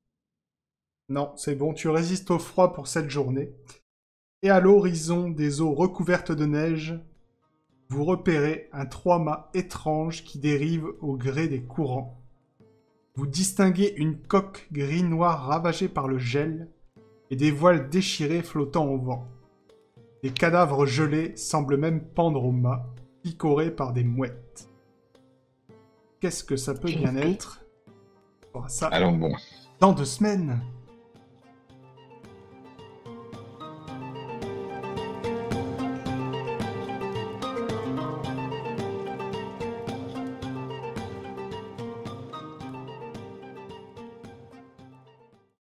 A: Non, c'est bon. Tu résistes au froid pour cette journée. Et à l'horizon des eaux recouvertes de neige, vous repérez un trois-mâts étrange qui dérive au gré des courants. Vous distinguez une coque gris-noir ravagée par le gel et des voiles déchirées flottant au vent. Des cadavres gelés semblent même pendre au mât, picorés par des mouettes. Qu'est-ce que ça peut bien
D: J'ai compris.
A: être On saura ça
C: Allons bon.
A: dans deux semaines